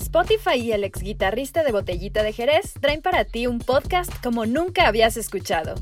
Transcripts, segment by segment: Spotify y el ex guitarrista de Botellita de Jerez traen para ti un podcast como nunca habías escuchado.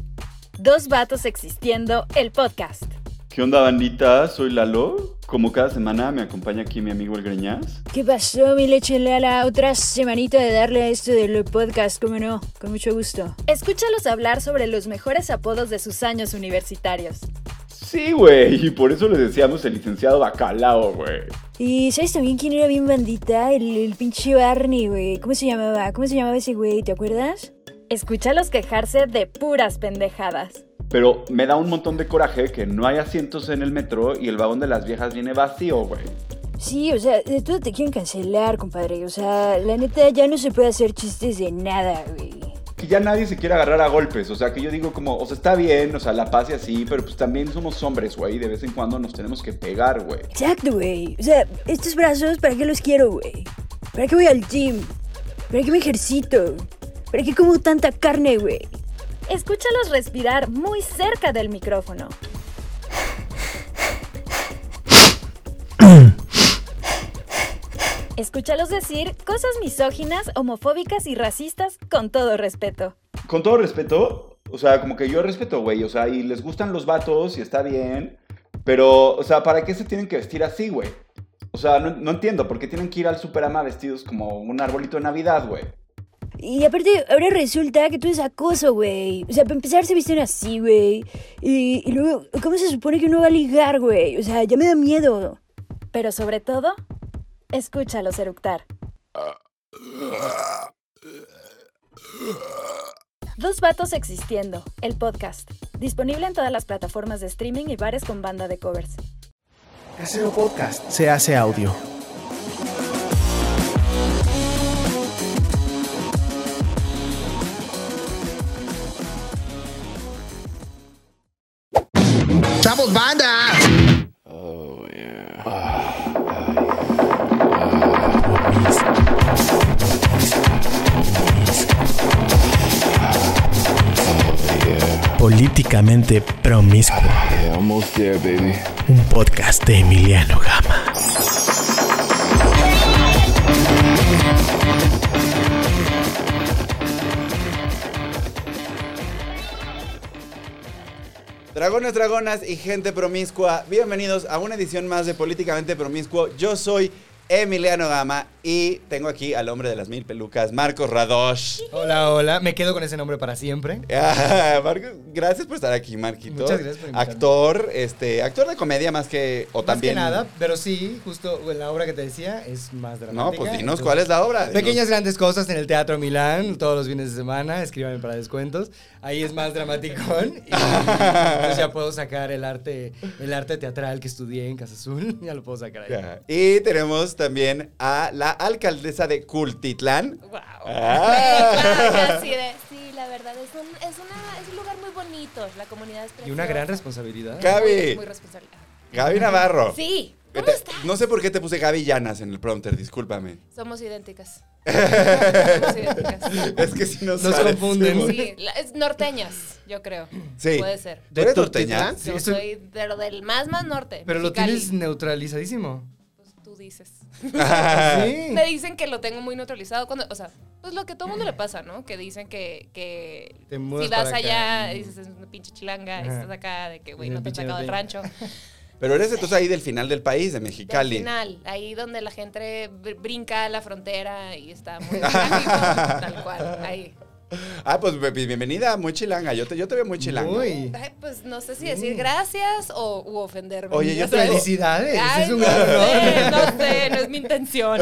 Dos vatos existiendo, el podcast. ¿Qué onda, bandita? Soy Lalo. Como cada semana me acompaña aquí mi amigo El Greñas. ¿Qué pasó, mi leche Lala? Otra semanita de darle a esto del podcast, cómo no, con mucho gusto. Escúchalos hablar sobre los mejores apodos de sus años universitarios. Sí, güey, y por eso le decíamos el licenciado Bacalao, güey. Y ¿sabes también quién era bien bandita? El, el pinche Barney, güey. ¿Cómo se llamaba? ¿Cómo se llamaba ese güey? ¿Te acuerdas? Escúchalos quejarse de puras pendejadas. Pero me da un montón de coraje que no hay asientos en el metro y el vagón de las viejas viene vacío, güey. Sí, o sea, de todo te quieren cancelar, compadre. O sea, la neta ya no se puede hacer chistes de nada, güey. Que ya nadie se quiere agarrar a golpes, o sea, que yo digo como, o sea, está bien, o sea, la paz y así, pero pues también somos hombres, güey, de vez en cuando nos tenemos que pegar, güey. Exacto, güey. O sea, estos brazos, ¿para qué los quiero, güey? ¿Para qué voy al gym? ¿Para qué me ejercito? ¿Para qué como tanta carne, güey? Escúchalos respirar muy cerca del micrófono. Escúchalos decir cosas misóginas, homofóbicas y racistas con todo respeto. Con todo respeto, o sea, como que yo respeto, güey, o sea, y les gustan los vatos y está bien, pero, o sea, ¿para qué se tienen que vestir así, güey? O sea, no, no entiendo, ¿por qué tienen que ir al Superama vestidos como un arbolito de Navidad, güey? Y aparte, ahora resulta que tú es acoso, güey. O sea, para empezar se visten así, güey. Y, y luego, ¿cómo se supone que uno va a ligar, güey? O sea, ya me da miedo. Pero sobre todo, escúchalos eructar. Dos vatos existiendo, el podcast. Disponible en todas las plataformas de streaming y bares con banda de covers. Casero Podcast se hace audio. ¡Chavos, banda! Políticamente promiscuo. Un podcast de Emiliano Gama. Dragones, dragonas y gente promiscua, bienvenidos a una edición más de Políticamente Promiscuo. Yo soy Emiliano Gama y tengo aquí al hombre de las mil pelucas, Marcos Radosh. Hola, hola. Me quedo con ese nombre para siempre. Ah, Marcos, gracias por estar aquí, Marquito. Muchas gracias por invitarme. Actor, este, actor de comedia más que, o Más también. que nada, pero sí, justo la obra que te decía es más dramática. No, pues dinos Entonces, cuál es la obra. Pequeñas grandes cosas en el Teatro Milán, todos los fines de semana, escríbanme para descuentos. Ahí es más dramaticón. Y entonces ya puedo sacar el arte, el arte teatral que estudié en Casa Azul. Ya lo puedo sacar ahí. Dinos. Y tenemos también a la alcaldesa de Cultitlán. Wow. Ah. sí, sí, la verdad, es un, es, una, es un lugar muy bonito. La comunidad es Y una preciosa. gran responsabilidad. Ca- Muy, Gaby. muy responsable. Ah. Gaby Navarro. Sí. Eh, ¿Cómo te- estás? No sé por qué te puse Gaby Llanas en el prompter, discúlpame. Somos idénticas. Somos idénticas. es que si nos, Nos parecemos. confunden. Sí, la- es norteñas, yo creo. Sí. Puede ser. ¿Tú eres norteña? Sí, Yo eso- soy de lo del más más norte. Pero lo Mexicali. tienes neutralizadísimo. Pues tú dices. Sí. Me dicen que lo tengo muy neutralizado cuando, o sea, pues lo que todo mundo le pasa, ¿no? Que dicen que, que Te si mudas vas para acá. allá, dices es una pinche chilanga, Ajá. estás acá, de que güey, Es no un te has pinche sacado del norteño. rancho. Pero eres entonces ahí del final del país, de Al Mexicali. final, ahí donde la gente br- brinca la frontera y está muy trágico, tal cual, ahí. Ah, pues be- bienvenida, muy chilanga. Yo te, yo te veo muy chilanga. Uy. Ay, pues no sé si decir gracias o u ofenderme. Mm. Oye, yo Ya traigo- sabes. Felicidades. Ay, es un no gran sé, honor. no sé, no es mi intención.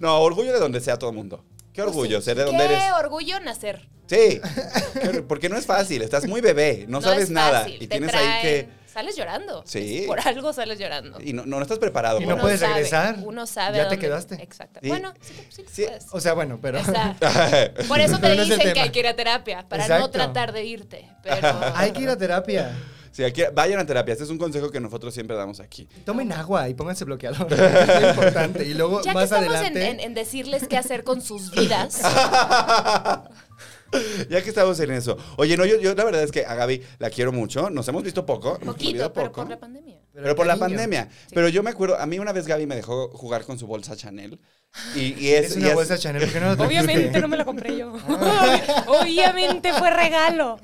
No, orgullo de donde sea todo el mundo. Qué orgullo Pues sí, ser de donde qué eres. orgullo nacer. Sí, Qué or- porque no es fácil, estás muy bebé, no, sabes es nada. fácil, Y te tienes ahí traen- que. Sales llorando. Sí. Es Por algo sales llorando. Y no, no estás preparado. Y para- no puedes sabe, regresar. Uno sabe. Ya a te dónde- quedaste. Exacto. Sí. Bueno, sí, que- sí, que Sí, puedes. O sea, bueno, pero. Exacto. Por eso te Pero no es el dicen que tema. hay que ir a terapia, para Exacto. no tratar de irte. Pero Hay que ir a terapia. Sí, aquí- vayan a terapia. Este es un consejo que nosotros siempre damos aquí. Tomen agua y pónganse bloqueador. es lo importante. Y luego ya que más estamos en, adelante. Ah, en- en decirles qué hacer con sus vidas, Ya que estamos en eso. Oye, no, yo, yo la verdad es que a Gaby la quiero mucho. Nos hemos visto poco. hemos convivido Poquito, pero poco. por la pandemia. Pero por la cariño. pandemia. Pero yo me acuerdo, a mí una vez Gaby me dejó jugar con su bolsa Chanel. Y, y es, Es y una es- bolsa Chanel, ¿por qué no la trajiste? Obviamente no me la compré yo. Obviamente fue regalo.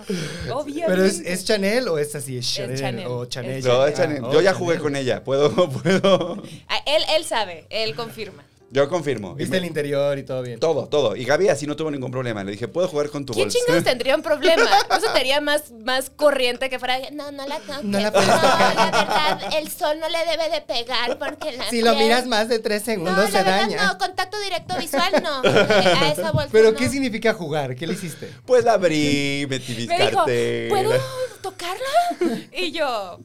Obviamente. ¿Pero es, es Chanel o es así? Es Chanel. Chanel. O Chanel. Es No, Chanel. es Chanel. Yo Ah, oh, ya Chanel. jugué con ella. Puedo, puedo. Ah, Él, él sabe, él confirma. Yo confirmo. Y Viste el me- interior y todo bien. todo, todo. Y Gaby así no tuvo ningún problema. Le dije, ¿puedo jugar con tu ¿Quién bolsa? chingados tendría un problema? No se sería más, más corriente que fuera. No, no la toques. No la puedes tocar". la verdad, el sol no le debe de pegar porque la. Si lo piel- miras más de tres No, segundos la se verdad, daña. no, contacto directo visual no. Eh, A esa bolsa. ¿Pero no. qué significa jugar? ¿Qué le hiciste? Pues la abrí, metí mis Me dijo, carteras. ¿puedo tocarla? Y yo, "Oh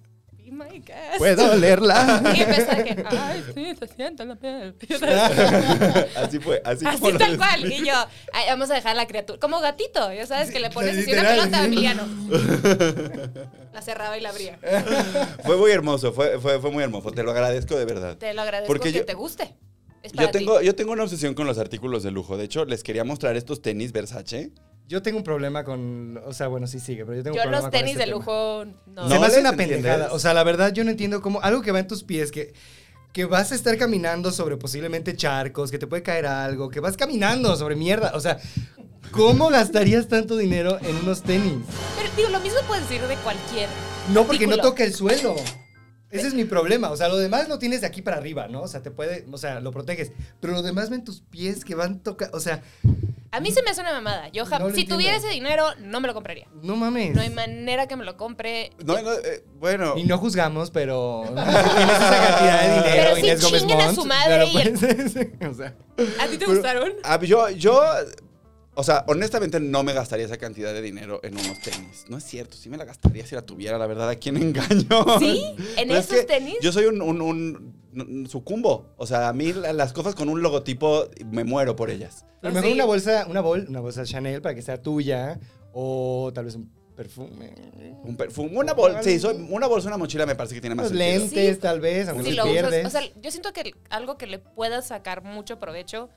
my God. ¿Puedo leerla? Y empezó de que, ay, sí, se siente la piel. así fue, así, como Así lo tal cual. describí. Y yo, "Ay, vamos a dejar la criatura. Como gatito, ya sabes que le pones así una Literal, pelota a sí. Emiliano. La cerraba y la abría. Eh, Fue muy hermoso, fue, fue, fue muy hermoso. Te lo agradezco de verdad. Te lo agradezco Porque que yo- te guste. Es para Yo ti. tengo, yo tengo una obsesión con los artículos de lujo. De hecho, les quería mostrar estos tenis Versace. Yo tengo un problema con. O sea, bueno, sí sigue, pero yo tengo un Yo problema los con tenis este de tema. lujo, no. Se No me hace les una entiendes. pendejada. O sea, la verdad, yo no entiendo cómo. Algo que va en tus pies, que, que vas a estar caminando sobre posiblemente charcos, que te puede caer algo, que vas caminando sobre mierda. O sea, ¿cómo gastarías tanto dinero en unos tenis? Pero digo, lo mismo puedes decir de cualquier. No, porque no artículo. toca el suelo. Eh. Ese es mi problema. O sea, lo demás lo tienes de aquí para arriba, ¿no? O sea, te puede. O sea, lo proteges. Pero lo demás ven tus pies que van toca. O sea, A mí se me hace una mamada. Yo jam- No lo si entiendo. tuviera ese dinero, no me lo compraría. no mames. No hay manera que me lo compre. No, no, eh, bueno. Y no juzgamos, pero tienes esa cantidad de dinero. Pero sí Inés Gómez chinguen a Montt, su madre no lo y- puedes- o sea, ¿A ti te Pero- gustaron? Ah, yo, yo, o sea, honestamente no me gastaría esa cantidad de dinero en unos tenis. No es cierto, sí me la gastaría si la tuviera, la verdad. ¿A quién engaño? ¿Sí? ¿En Pero es esos que tenis? Yo soy un, un, un- un sucumbo. O sea, a mí la- las cosas con un logotipo me muero por ellas. Pero Ah, mejor sí. una bolsa, una bol, una bolsa Chanel para que sea tuya. O tal vez un perfume. Un perfume, una bolsa, sí, soy- una bolsa, una mochila me parece que tiene más Unos sentido. lentes, Sí. tal vez, aunque si los lo pierdes. usas. O sea, yo siento que algo que le puedas sacar mucho provecho.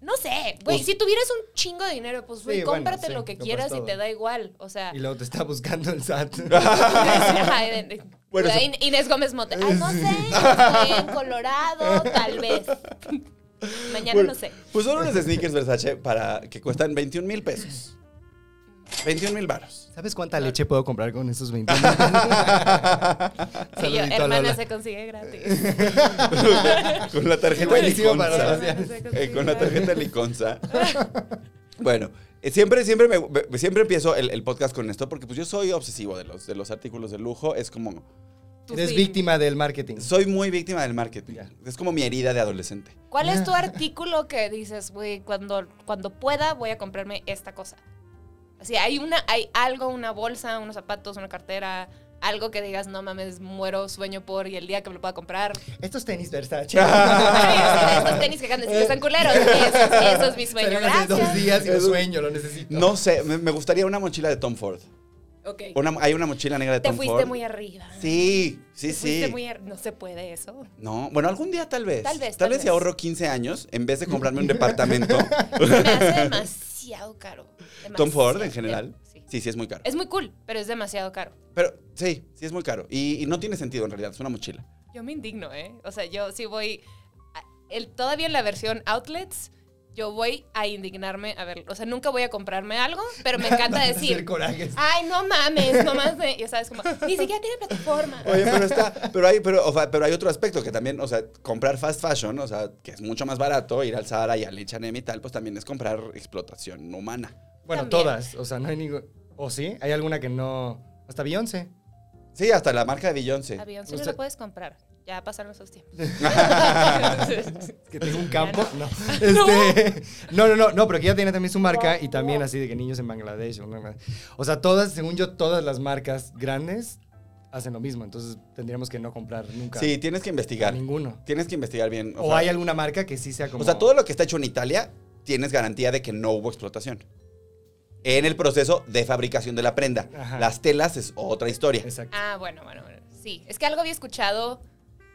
No sé, güey, Pues- si tuvieras un chingo de dinero, pues güey, Sí, bueno, cómprate sí, lo que compras quieras y todo. te da igual. O sea, y luego te está buscando el SAT. Ajá, de- de- Bueno, de- eso- In- Inés Gómez Mote. Ay, no sé, estoy en Colorado, tal vez. Mañana Bueno, no sé. Pues son unos sneakers Versace para, que cuestan 21 mil pesos. 21 mil baros. ¿Sabes cuánta leche puedo comprar con esos 20? Sí, yo, Saludito a hermana Lola. se consigue gratis. con la tarjeta Buenísimo para los Liconza. sociales. Eh, con la tarjeta Liconza. Bueno, eh, siempre, siempre, me- me- siempre empiezo el, el podcast con esto porque pues yo soy obsesivo de los, de los artículos de lujo. Es como, Tu Eres fin. víctima del marketing. soy muy víctima del marketing. Es como mi herida de adolescente. ¿Cuál es tu artículo que dices, güey, cuando, cuando pueda voy a comprarme esta cosa? Así, hay, una, hay algo, una bolsa, unos zapatos, una cartera, algo que digas, no mames, muero, sueño por y el día que me lo pueda comprar. Estos tenis Versace. Ay, así de estos tenis que acaban de decir que están culeros. Eh. Eso, eso es mi sueño. Salieron hace dos Gracias. días y lo sueño, lo necesito. No sé, me, me gustaría una mochila de Tom Ford. Ok. Una- hay una mochila negra de Te Tom Ford. fuiste muy arriba. Sí, sí, Te fuiste sí. muy ar- No se puede eso. No, bueno, algún día tal vez. Tal vez, Tal tal vez si vez. ahorro 15 años, en vez de comprarme un departamento, Se me hace demasiado caro. Tom Demasiado. Ford en general. Sí. Sí, sí, es muy caro. Es muy cool, pero es demasiado caro. Pero sí, sí es muy caro. Y, y no tiene sentido en realidad, es una mochila. Yo me indigno, ¿eh? O sea, yo sí voy. a- el, todavía en la versión outlets, yo voy a indignarme a ver. O sea, nunca voy a comprarme algo, pero me encanta Vas a hacer decir. Ah, corajes. Ay, no mames, no mames. Ya sabes, como, ni siquiera tiene plataforma. Oye, pero está, pero hay, pero, o sea, pero hay otro aspecto que también, o sea, comprar fast fashion, o sea, que es mucho más barato, ir al Zara y al H&M y tal, pues también es comprar explotación humana. Bueno, También. todas. O sea, no hay ningún. ¿O sí? ¿Hay alguna que no.? Hasta Beyoncé. Sí, hasta la marca de Beyoncé. Avión, sí O no sea- lo puedes comprar. Ya pasaron esos tiempos. Que tengo un campo. No. No. Este, no, no, no, no, pero que ya tenía también su marca y también así de que niños en Bangladesh. o no, O sea, todas, según yo, todas las marcas grandes hacen lo mismo. Entonces tendríamos que no comprar nunca. Sí, tienes que investigar. Ninguno. Tienes que investigar bien. O, O, sea, hay alguna marca que sí sea como. o sea, todo lo que está hecho en Italia, tienes garantía de que no hubo explotación. En el proceso de fabricación de la prenda. Ajá. Las telas es otra historia. Exacto. Ah, bueno, bueno, bueno. Sí, es que algo había escuchado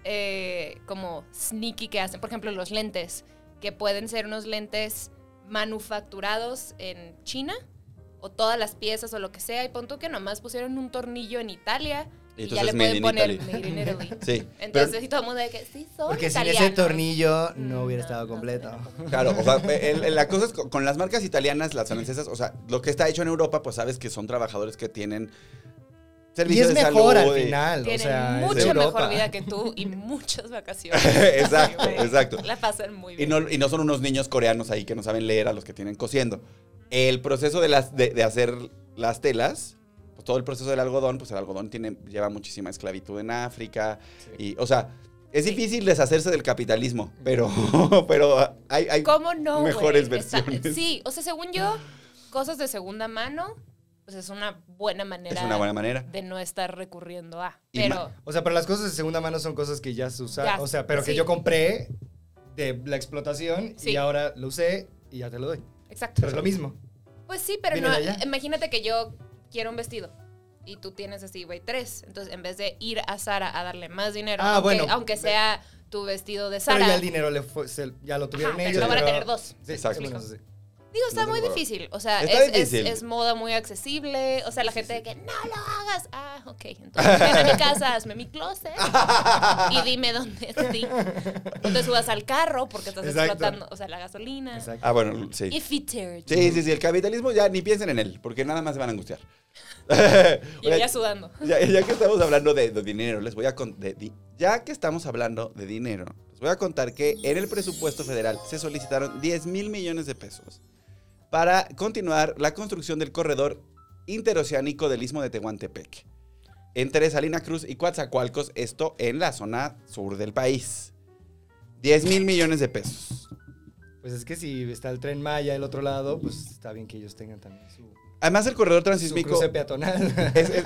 eh, como sneaky que hacen, por ejemplo, los lentes, que pueden ser unos lentes manufacturados en China o todas las piezas o lo que sea y pon tú que nomás pusieron un tornillo en Italia Y y, ya entonces le made pueden in poner Italy. made in Italy. Sí. Entonces y todo el mundo de que sí son Porque sin ese italianos". tornillo no hubiera No, estado no completo. Pero- claro, o sea, el- el- la cosa es co- con las marcas italianas, las francesas, o sea, lo que está hecho en Europa, pues sabes que son trabajadores que tienen Y servicios es de mejor salud. al y- final. O Tienen sea, es mucha Europa. mejor vida que tú y muchas vacaciones. Exacto, Sí, güey. exacto. La pasan muy Y bien. no, y no son unos niños coreanos ahí que no saben leer a los que tienen cosiendo. El proceso de, las, de, de hacer las telas, pues todo el proceso del algodón, pues el algodón tiene, lleva muchísima esclavitud en África. Y, o sea, es difícil deshacerse del capitalismo, pero, pero hay, hay ¿Cómo no? mejores güey? Está- versiones. sí, o sea, según yo, cosas de segunda mano, pues es una buena manera, es una buena manera. de no estar recurriendo a. Y Pero O sea, pero las cosas de segunda mano son cosas que ya se usaron. Ya, O sea, pero que sí. yo compré de la explotación y Sí. ahora lo usé y ya te lo doy. exacto. Pero es lo mismo. Pues sí, pero Viene no. de allá. Imagínate que yo quiero un vestido. Y tú tienes así, güey, tres. Entonces, en vez de ir a Sara a darle más dinero, Ah, aunque, bueno. aunque sea tu vestido de Pero Sara, ya el dinero le fue- se- ya lo tuvieron pero ellos. no van a pero- tener dos. Sí, Exacto. bueno, eso sí. Digo, está No muy tengo problema. difícil. O sea, Está es, es- difícil. es moda muy accesible. O sea, la gente de que no lo hagas. Ah, ok. Entonces, ven a mi casa, hazme mi closet y dime dónde sí. No te subas al carro porque estás Exacto. explotando, o sea, la gasolina. Exacto. Ah, bueno, sí. If it hurts. Sí, sí, sí, el capitalismo ya ni piensen en él, porque nada más se van a angustiar. Y Oigan, ya sudando. Ya, ya que estamos hablando de, de dinero, les voy a con- de di- ya que estamos hablando de dinero, les voy a contar que en el presupuesto federal se solicitaron 10 mil millones de pesos para continuar la construcción del corredor interoceánico del Istmo de Tehuantepec entre Salina Cruz y Coatzacoalcos, esto en la zona sur del país. 10 mil millones de pesos. Pues es que si está el tren Maya del otro lado, pues está bien que ellos tengan también su, Además, el corredor su transísmico... cruce peatonal. Es- es-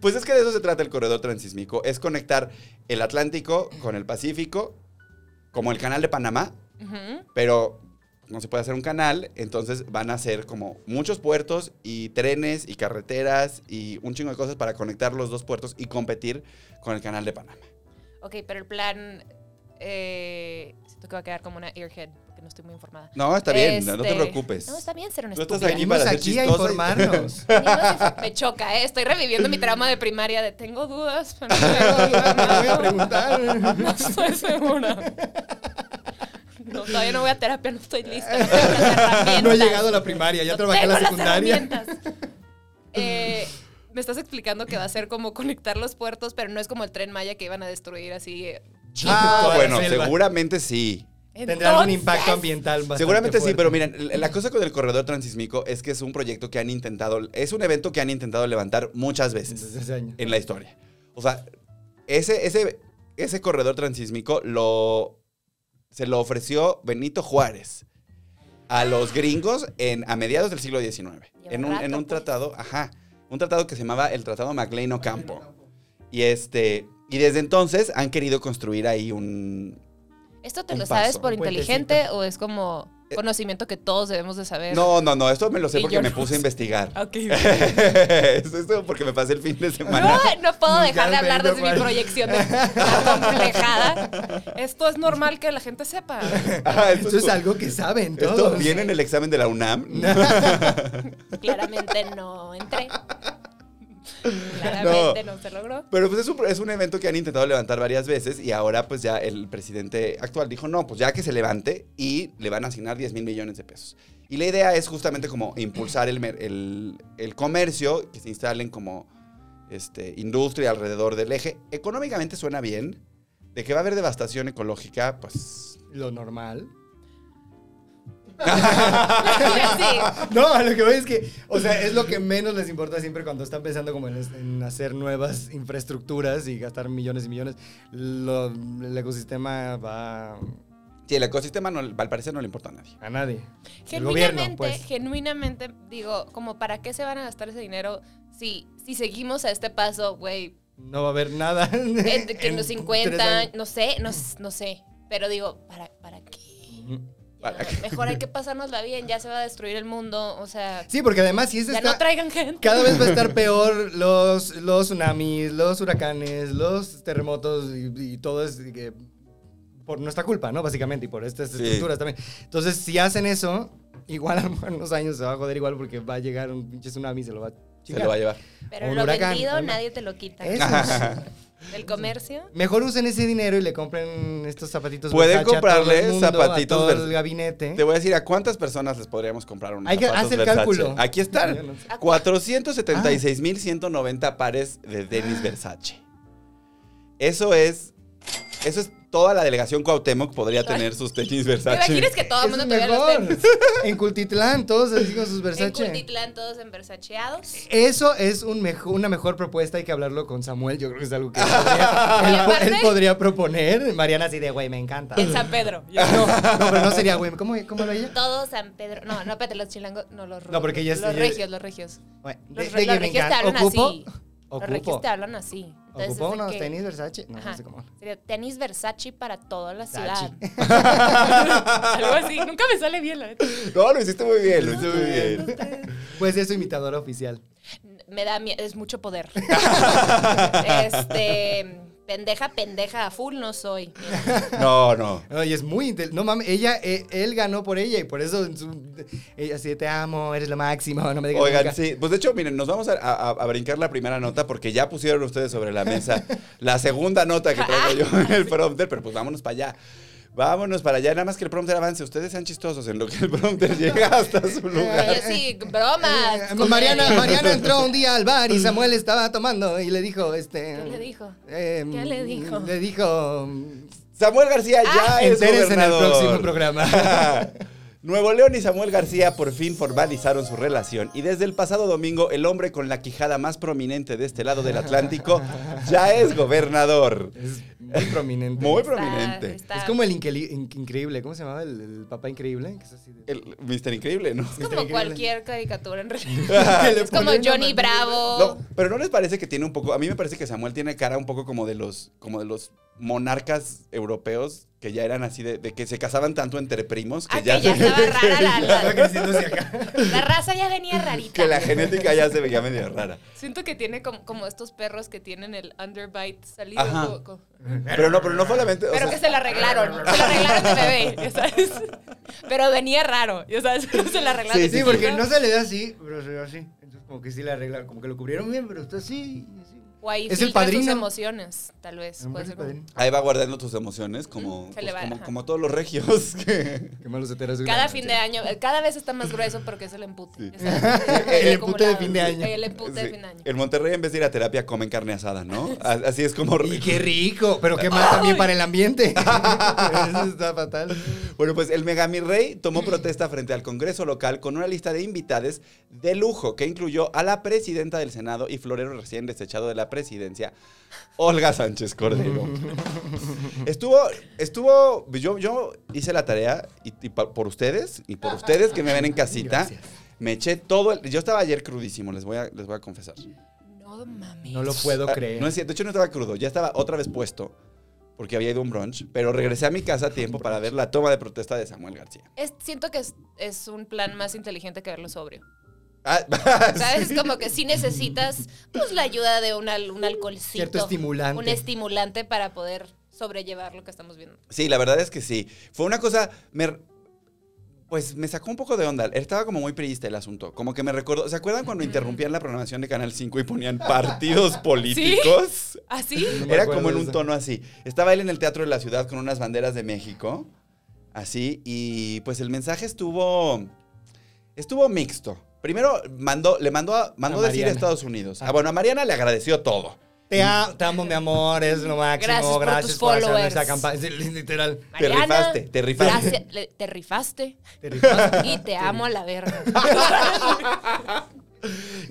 pues es que de eso se trata el corredor transísmico. Es conectar el Atlántico con el Pacífico, como el canal de Panamá, Ujú. pero no se puede hacer un canal, entonces van a ser como muchos puertos y trenes y carreteras y un chingo de cosas para conectar los dos puertos y competir con el canal de Panamá. Ok, pero el plan. Eh, siento que va a quedar como una airhead, porque no estoy muy informada. No, está bien, no te Este- preocupes. No, está bien ser un No estás estúpido. aquí Venimos para ser aquí a chistosa y- informarnos. Me choca, eh. Estoy reviviendo mi trauma de primaria de tengo dudas, pero no tengo dudas, Me voy a no". preguntar. No estoy segura. No, todavía no voy a terapia, no estoy lista. No, tengo las herramientas. No he llegado a la primaria, ya No trabajé en tengo la las secundaria. herramientas. Eh, me estás explicando que va a ser como conectar los puertos, pero no es como el tren Maya que iban a destruir así. eh. Ah, Toda la bueno, selva. seguramente sí. Tendrá algún Entonces, impacto ambiental bastante Seguramente sí, fuerte. pero miren, l- la cosa con el corredor transísmico es que es un proyecto que han intentado, es un evento que han intentado levantar muchas veces Desde hace años. en la historia. O sea, ese, ese, ese corredor transísmico lo, se lo ofreció Benito Juárez a los gringos en, a mediados del siglo XIX. Lleva En un, en rato, un pues. tratado, ajá, un tratado que se llamaba el Tratado MacLean Ocampo. Y este... Y desde entonces han querido construir ahí un... ¿Esto te Un lo sabes paso, por un puentecito. Eh, inteligente o es como conocimiento que todos debemos de saber? No, no, no, esto me lo sé Y porque yo me no puse a sé. investigar. Ok. Eso es porque me pasé el fin de semana. No, no puedo Nunca dejar de has hablar venido desde mi para- proyección de- tan complejada. Esto es normal que la gente sepa. Ah, esto Eso es tu- algo que saben esto todos. viene en el examen de la UNAM. Claramente no entré. Claramente no, se logró. Pero pues es un, es un evento que han intentado levantar varias veces y ahora pues ya el presidente actual dijo, no, pues ya que se levante y le van a asignar 10 mil millones de pesos. Y la idea es justamente como impulsar el, mer- el, el comercio, que se instalen como este, industria alrededor del eje. Económicamente suena bien. De que va a haber devastación ecológica, pues... Lo normal. Sí. No, a lo que voy es que, o sea, es lo que menos les importa siempre cuando están pensando como en, es- en hacer nuevas infraestructuras y gastar millones y millones. Lo- el ecosistema va Sí, el ecosistema no, al parecer no le importa a nadie. a nadie. El Genuinamente, gobierno, pues. genuinamente digo, como para qué se van a gastar ese dinero si, si seguimos a este paso, güey, No va a haber nada. en, eh, que en los tres 50, años. no sé, no, no sé. Pero digo, ¿para, para qué? Ya, ¿Para mejor hay que pasárnosla bien, ya se va a destruir el mundo, o sea, Sí, porque además si es ya esta- no traigan gente. Cada vez va a estar peor los, los tsunamis, los huracanes, los terremotos y, y todo es eh, por nuestra culpa, ¿no? Básicamente, y por estas Sí. estructuras también. Entonces, si hacen eso, igual a unos años se va a joder igual porque va a llegar un pinche tsunami y se lo va a Se lo va a chingar. llevar. O Pero un lo huracán, vendido algo. nadie te lo quita. Eso. Del comercio. Mejor usen ese dinero y le compren estos zapatitos. Pueden Versace a todo comprarle el mundo, a zapatitos todo Vers- el gabinete. Te voy a decir a cuántas personas les podríamos comprar un Hay que- haz el cálculo. Aquí Yo no están. sé. 476.190 pares de tenis Versace. Eso es. Eso es toda la delegación Cuauhtémoc podría tener sus tenis ¿Te Versace. imaginas que todo el Eso mundo es tuviera los mejor. tenis? En Cultitlán, todos así con sus En Versace. Cultitlán todos en Versaceados. Eso es un mejo- una mejor propuesta. Hay que hablarlo con Samuel. Yo creo que es algo que él podría, él po- aparte- él podría proponer. Mariana así de, güey, me encanta. En San Pedro. No, no, pero no sería, güey. ¿Cómo, cómo lo ella? Todo San Pedro. No, no, espérate, los chilangos. No, los No, porque ya Los estoy- regios, los regios. Güey, de- Los, de que los me regios te encanta. hablan Ocupo- así. Los Ocupo, regios te hablan así. Entonces, ocupo es de unos que- tenis Versace. No, no Ajá. sé cómo. Sería tenis Versace para toda la Sachi. ciudad. Algo así. Nunca me sale bien, la neta. No, lo hiciste muy bien, lo hiciste muy bien. Puede ser Pues su imitadora oficial. Me da miedo. Es mucho poder. este. Pendeja, pendeja a full no soy. No, no. No, y es muy inte- No mames, ella, eh, él ganó por ella y por eso en su- ella así de, te amo, eres lo máximo, no me digas Oigan, nunca". sí. Pues de hecho, miren, nos vamos a, a- a brincar la primera nota porque ya pusieron ustedes sobre la mesa la segunda nota que traigo yo en el prompter, pero pues vámonos para allá. Vámonos para allá, nada más que el prompter avance. Ustedes sean chistosos en lo que el prompter llega hasta su Pero lugar. yo sí, Eh, bromas. eh, Mariana, Mariana entró un día al bar y Samuel estaba tomando y le dijo, este... ¿Qué le dijo? eh, ¿Qué le dijo? Le dijo... Samuel García Ah, ya es Enteres en el gobernador. próximo programa. Nuevo León y Samuel García por fin formalizaron su relación y desde el pasado domingo el hombre con la quijada más prominente de este lado del Atlántico ya es gobernador. Es muy prominente. Muy Está- prominente. está- Es como el inqueli- in- increíble, ¿cómo se llamaba? El, el papá increíble. que es así de- El Mister Increíble, ¿no? Ah, Es como Increíble. cualquier caricatura en realidad. que le Es como ponen una Johnny mandíbula. Bravo. No, pero no les parece que tiene un poco. A mí me parece que Samuel tiene cara un poco como de los, como de los monarcas europeos que ya eran así de, de que se casaban tanto entre primos que Ah, ya, que ya estaba rara la, Estaba la, creciendo hacia acá. la raza ya venía rarita. que la genética ya se veía medio rara. Siento que tiene como, como estos perros que tienen el underbite salido. Ajá. como- como- Pero no, pero no solamente. o pero sea, que se la arreglaron. Se la arreglaron de bebé, ya sabes. Pero venía raro, ya sabes. Se la arreglaron. Sí, porque no se le ve así, pero se ve así. Entonces como que sí le arreglaron, como que lo cubrieron bien, pero está así. así. O ahí Es el filtra sus padrino. emociones, tal vez. Puede ser como- Ahí va guardando tus emociones como, Se pues, le va, como, ajá. como todos los regios. que- Qué malos heteros. Cada fin de año, eh, cada vez está más grueso porque es el empute. ya sabes. El empute de acumulado. fin de año. El empute de Sí. fin de año. En Monterrey, en vez de ir a terapia, comen carne asada, ¿no? A- Así es como. Y qué rico, pero qué mal también para el ambiente. Eso está fatal. Bueno, pues el Megami Rey tomó protesta frente al Congreso local con una lista de invitades de lujo que incluyó a la presidenta del Senado y florero recién desechado de la presidencia, Olga Sánchez Cordero. Estuvo, estuvo, yo, yo hice la tarea y, y pa- por ustedes y por ustedes que me ven en casita. Gracias. Me eché todo el. Yo estaba ayer crudísimo, les voy a, les voy a confesar. No mames. No lo puedo Ah, creer. No es cierto, de hecho no estaba crudo, ya estaba otra vez puesto porque había ido a un brunch, pero regresé a mi casa a tiempo para ver la toma de protesta de Samuel García. Es- siento que es, es un plan más inteligente que verlo sobrio. Ah, ¿Sabes? sí. Como que sí necesitas pues, la ayuda de un, al- un alcoholcito. Cierto estimulante. Un estimulante para poder sobrellevar lo que estamos viendo. Sí, la verdad es que sí. Fue una cosa, me- pues me sacó un poco de onda. Estaba como muy priista el asunto. Como que me recordó, ¿se acuerdan cuando interrumpían la programación de Canal 5 y ponían partidos políticos? ¿Así? No me Era acuerdo como en de un eso. tono así. Estaba él en el Teatro de la Ciudad con unas banderas de México, así, y pues el mensaje estuvo, estuvo mixto. Primero mandó, le mandó, a- mandó A decir a Mariana. Estados Unidos. Ah, bueno, a Mariana le agradeció todo. Te, a- te amo, mi amor, es lo Gracias máximo. por Gracias tus por, hacerme followers. esa campaña. Sí, Literal. Te Mariana, rifaste, te rifaste. gracias- le- te rifaste Te rifaste. y te amo a la verga.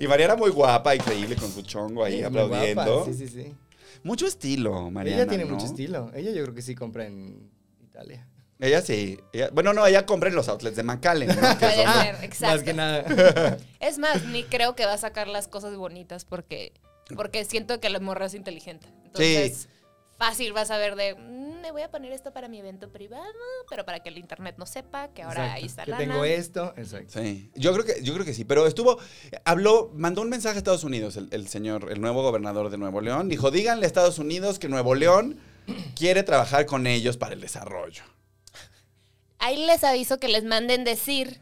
Y Mariana muy guapa, increíble, con su chongo ahí Sí, muy aplaudiendo. guapa, Sí, sí, sí. Mucho estilo, Mariana. Ella tiene ¿no? mucho estilo. Ella yo creo que sí compra en Italia. Ella sí. ella- bueno, no, ella compra en los outlets de McAllen. ¿no? Que Puede son- ser, Más que exacto. nada. Es más, ni creo que va a sacar las cosas bonitas porque, porque siento que la morra es inteligente. Entonces, fácil vas a ver de, "Mm, me voy a poner esto para mi evento privado, pero para que el internet no sepa que ahora ahí está Que lana. tengo esto. Exacto. Sí, yo creo que yo creo que sí, pero estuvo habló, mandó un mensaje a Estados Unidos el, el señor, el nuevo gobernador de Nuevo León, dijo, "Díganle a Estados Unidos que Nuevo León quiere trabajar con ellos para el desarrollo. Ahí les aviso que les manden decir.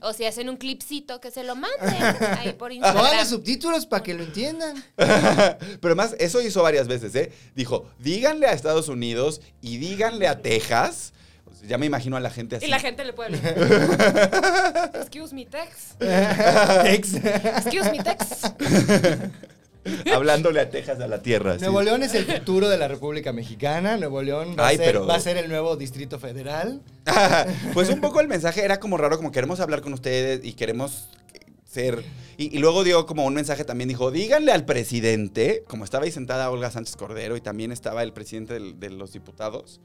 o si hacen un clipcito, que se lo manden ahí Ah, por Pónganle Instagram. subtítulos para que lo entiendan. Pero además, eso hizo varias veces, ¿eh? Dijo, díganle a Estados Unidos y díganle a Texas. pues, Ya me imagino a la gente así. Y la gente le puede hablar. Excuse me, text. Ex. Excuse me, text. Hablándole a Texas, a la tierra. así. Nuevo León es el futuro de la República Mexicana. Nuevo León va, Ay, a, ser, pero- va a ser el nuevo Distrito Federal. pues un poco el mensaje era como raro, como queremos hablar con ustedes y queremos ser... Y, y luego dio como un mensaje también, dijo, díganle al presidente, como estaba ahí sentada Olga Sánchez Cordero y también estaba el presidente del- de los diputados,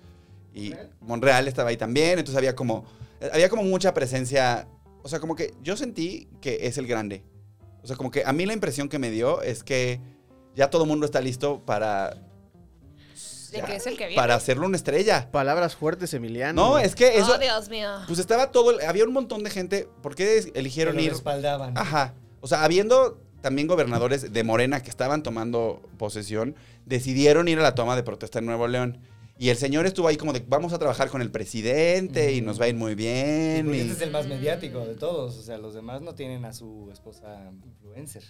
y Monreal estaba ahí también, entonces había como, había como mucha presencia, o sea, como que yo sentí que es el grande. O sea, como que a mí la impresión que me dio es que ya todo el mundo está listo para... De que es el que viene. Para hacerlo una estrella. Palabras fuertes, Emiliano. No, es que eso... Oh, Dios mío. Pues estaba todo, el- había un montón de gente. ¿Por qué es- Pero eligieron lo ir? respaldaban. Ajá. O sea, habiendo también gobernadores de Morena que estaban tomando posesión, decidieron ir a la toma de protesta en Nuevo León. Y el señor estuvo ahí como de, vamos a trabajar con el presidente y nos va a ir muy Sí, bien. porque y- este es el más mediático de todos. O sea, los demás no tienen a su esposa influencer.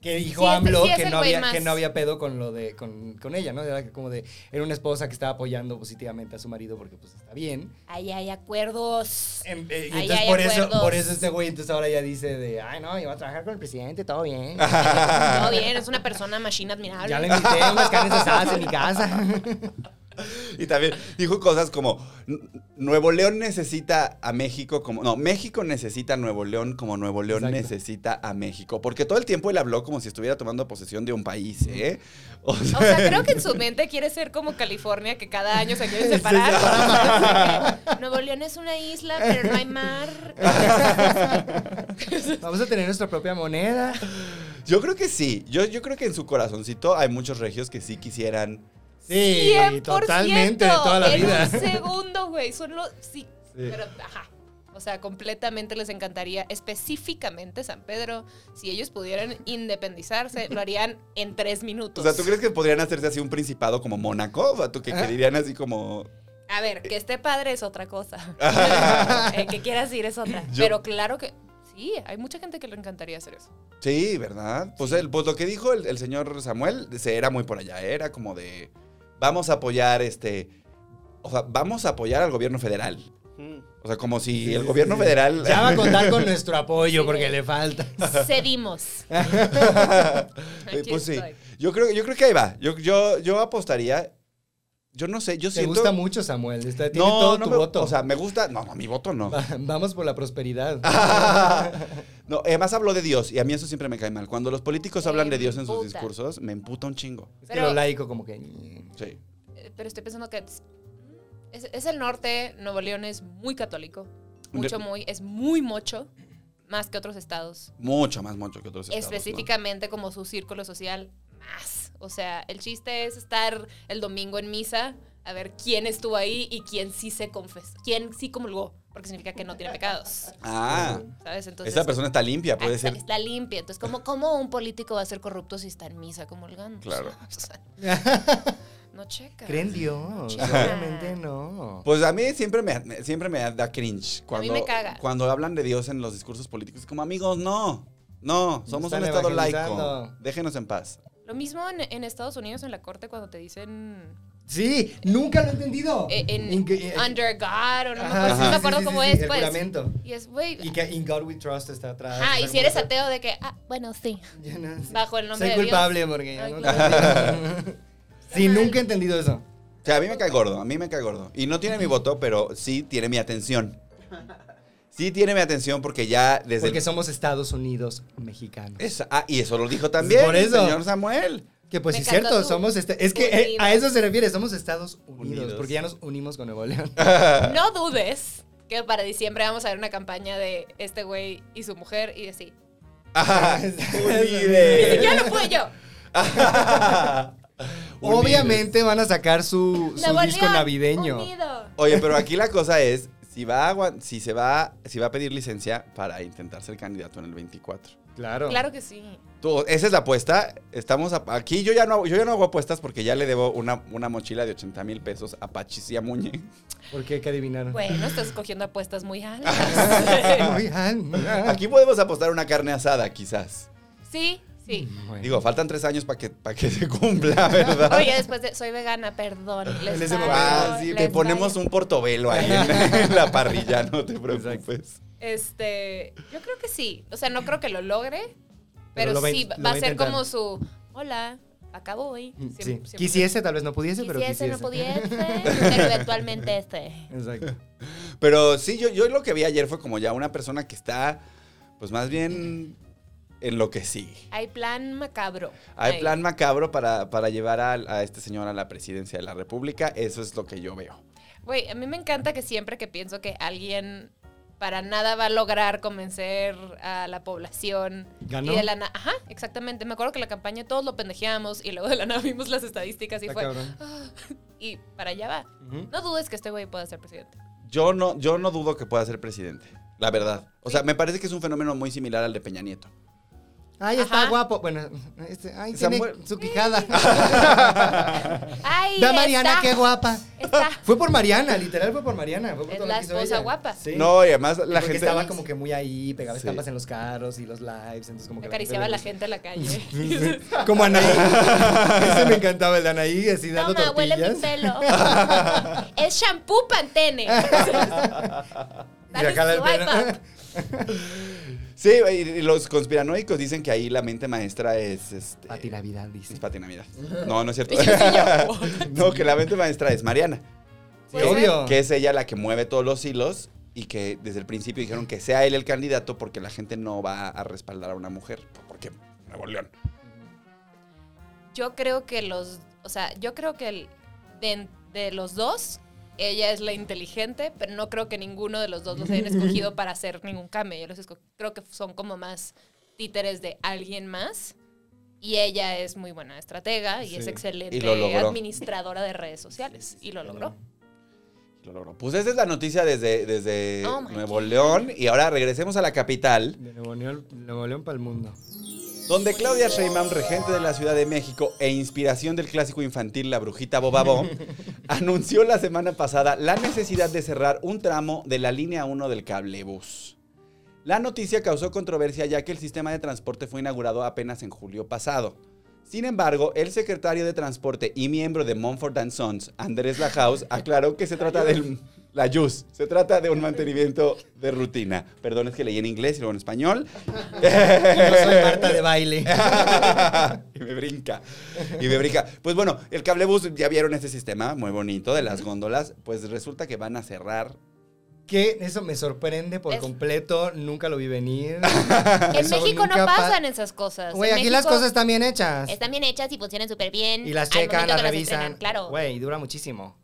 Que dijo Sí, este- AMLO sí es que, el no güey había, más. que no había pedo con lo de con, con ella, ¿no? Era como de era una esposa que estaba apoyando positivamente a su marido porque pues está bien. Ahí hay acuerdos. Em, eh, y Ahí entonces hay por eso, acuerdos. por eso este güey entonces ahora ya dice de, ay no, yo voy a trabajar con el presidente, todo bien. Todo bien, es una persona machine admirable. ya le invité unas carnes asadas en mi casa. Y también dijo cosas como, "N- Nuevo León necesita a México como... No, México necesita a Nuevo León como Nuevo León Exacto. necesita a México. Porque todo el tiempo él habló como si estuviera tomando posesión de un país, ¿eh? O O sea, creo que en su mente quiere ser como California, que cada año se quiere separar. Así que, Nuevo León es una isla, pero no hay mar. Vamos a tener nuestra propia moneda. Yo creo que sí. Yo, yo creo que en su corazoncito hay muchos regios que sí quisieran. Sí, 100% totalmente, de toda la en vida. un segundo, güey. Son los... Sí, pero... Ajá. O sea, completamente les encantaría, específicamente San Pedro, si ellos pudieran independizarse, lo harían en tres O minutos. Pues- sea, ¿tú crees que podrían hacerse así un principado como Mónaco? O sea, ¿tú que querían así como. A ver, Eh. que esté padre es otra cosa. El que quieras ir es otra. Yo- Pero claro que sí, hay mucha gente que le encantaría hacer eso. Sí, ¿verdad? Pues, el- pues lo que dijo el, el señor Samuel se era muy por allá. Era como de. Vamos a apoyar este. O sea, vamos a apoyar al gobierno federal. Mm. O sea, como si el gobierno federal. Ya va a contar con nuestro apoyo porque le falta. Cedimos. Eh, pues sí. estoy. Yo creo, yo creo que ahí va. Yo, yo, yo apostaría. Yo no sé, yo Te siento. gusta mucho Samuel, está, tiene todo no tu me- voto. O sea, Ah. me gusta. No, no, mi voto no. Va- Vamos por la prosperidad. no, además habló de Dios y a mí eso siempre me cae mal. Cuando los políticos Me hablan de Dios en sus emputa. discursos, me emputa un chingo. es que pero- lo laico como que... mm, Sí. Eh, Pero estoy pensando que es, es- es el norte, Nuevo León es muy católico. Mucho, De- muy, es muy mocho, más que otros estados. Mucho más mucho que otros estados, ¿no? Específicamente como su círculo social, más. O sea, el chiste es estar el domingo en misa, a ver quién estuvo ahí y quién sí se confesó, quién sí comulgó, porque significa que no tiene pecados. Ah, ¿Sabes? Entonces, Ah, esa persona está limpia, puede está, ser. está limpia. Entonces, ¿cómo, ¿cómo un político va a ser corrupto si está en misa comulgando? Claro. O sea, no checa. Creen Dios, Chica. obviamente no. Pues a mí siempre me, me- siempre me da cringe cuando, me caga. cuando hablan de Dios en los discursos políticos. Como amigos, no, no, somos están un estado laico. evangelizando. Déjenos en paz. Lo mismo en, en Estados Unidos, en la corte, cuando te dicen Sí, nunca lo he entendido. eh, en, In- eh, Under God o no me ajá, sí, acuerdo, no me sí, acuerdo sí, cómo sí, es, el pues. juramento. Y es, güey. Y que In God We Trust está atrás. Ah, y Está si eres como- ateo de que, ah, bueno, sí. Ya no sé. Bajo el nombre Soy de Dios. culpable porque ya Ay, no claro. Sí, nunca he entendido eso. O sea, a mí me cae gordo, a mí me cae gordo. Y no tiene mi voto, pero sí tiene mi atención. Sí tiene mi atención porque ya desde... el- Porque somos Estados Unidos mexicanos. Esa- ah, y eso lo dijo también Por eso. el señor Samuel. Que pues Me sí es encantó cierto, tu- somos este, es tu que eh, a unidos. eso se refiere, somos Estados Unidos, Unidos. porque ya nos unimos con Nuevo León. No dudes que para diciembre vamos a ver una campaña de este güey y su mujer y decir, Ajá, ni Unides. siquiera lo pude yo. Unides. Obviamente van a sacar su, su Nuevo disco León, navideño. unido. Oye, pero aquí la cosa es si va a, agua- si se va si va a pedir licencia para intentar ser candidato en el 24. Claro. Claro que sí. Tú, esa es la apuesta. Estamos a- aquí. Yo ya, no, yo ya no hago apuestas porque ya le debo una, una mochila de 80 mil pesos a Pachis y a Muñe. ¿Por qué hay que adivinar? Bueno, estás escogiendo apuestas muy altas. Muy alma. Aquí podemos apostar una carne asada, quizás. sí, sí. Bueno. Digo, faltan tres años para que, para que se cumpla, ¿verdad? Oye, después de soy vegana, perdón. Les En ese fallo, Ah, sí, les te ponemos fallo. un portobelo ahí en, en la parrilla, no te preocupes. Este, yo creo que sí. O sea, no creo que lo logre, Pero pero, lo va a sí in- lo va va a a ser intentar. como su hola, acabo hoy. Mm, Siem- sí. siempre- Quisiese, tal vez no pudiese, pero Quisiese, quisiese. no pudiese, pero eventualmente este. Exacto. Pero sí, yo, yo lo que vi ayer fue como ya una persona que está, pues más bien en lo que sigue. Hay plan macabro. Hay Ay. plan macabro para, para llevar a, a este señor a la presidencia de la República. Eso es lo que yo veo. Güey, a mí me encanta que siempre que pienso que alguien para nada va a lograr convencer a la población. ¿Ganó? Y de la na- Ajá, exactamente. Me acuerdo que la campaña todos lo pendejeamos y luego de la nada vimos las estadísticas y Está fue. cabrón. Y para allá va. Ujú. No dudes que este güey pueda ser presidente. Yo no, yo no dudo que pueda ser presidente, la verdad. O sea, me parece que es un fenómeno muy similar al de Peña Nieto. Ay, está Ah, Ajá. guapo. Bueno, este, ay, Samuel- tiene su quijada. ¡Ay! Da Mariana, está! qué guapa. Está. Fue por Mariana, literal fue por Mariana. Fue por Es todo lo la que hizo esposa ella. guapa. Sí. No, y además la Porque gente... estaba como que muy ahí, pegaba Sí. estampas en los carros y los lives, entonces como que Acariciaba a la le gente en la calle. gusta. Como Anaí. Ese me encantaba el de Anaí, así dando Toma, huele mi tortillas. pelo. es shampoo pantene. Y acá Dale la- swipe up. Sí, y y los conspiranoicos dicen que ahí la mente maestra es... Este, Pati Navidad, dice. Es Patinamida. No, no es cierto. Y yo sí, no, que la mente maestra es Mariana. Sí, Puede ser. obvio. Que es ella la que mueve todos los hilos y que desde el principio dijeron que sea él el candidato porque la gente no va a respaldar a una mujer. Porque Nuevo León. Yo creo que los. O sea, yo creo que el- de, de los dos, ella es la inteligente, pero no creo que ninguno de los dos los hayan escogido para hacer ningún cambio. Yo los esco- creo que son como más títeres de alguien más. Y ella es muy buena estratega y es Sí. excelente Y lo logró. administradora de redes sociales. Y lo logró. Lo logró. Pues esa es la noticia desde, desde Oh, my Nuevo León. Y ahora regresemos a la capital, De Nuevo León, Nuevo León para el mundo. donde Claudia Sheinbaum, regente de la Ciudad de México e inspiración del clásico infantil La Brujita Bobabó, anunció la semana pasada la necesidad de cerrar un tramo de la línea 1 del cablebus. La noticia causó controversia ya que el sistema de transporte fue inaugurado apenas en julio pasado. Sin embargo, el secretario de Transporte y miembro de Mumford and Sons, Andrés Lajaus, aclaró que se trata del la Yus, se trata de un mantenimiento de rutina. Perdón, es que leí en inglés y luego en español. Yo soy Marta de baile. y me brinca. Y me brinca. Pues bueno, el cablebus, ya vieron este sistema muy bonito de las góndolas. Pues resulta que van a cerrar. Que eso me sorprende por Es- completo, nunca lo vi venir. En México no pasan esas cosas. Güey, En aquí las México cosas están bien hechas. Están bien hechas y funcionan súper bien. Y las al checan, momento las que revisan. estrenan, Claro. Güey, dura muchísimo.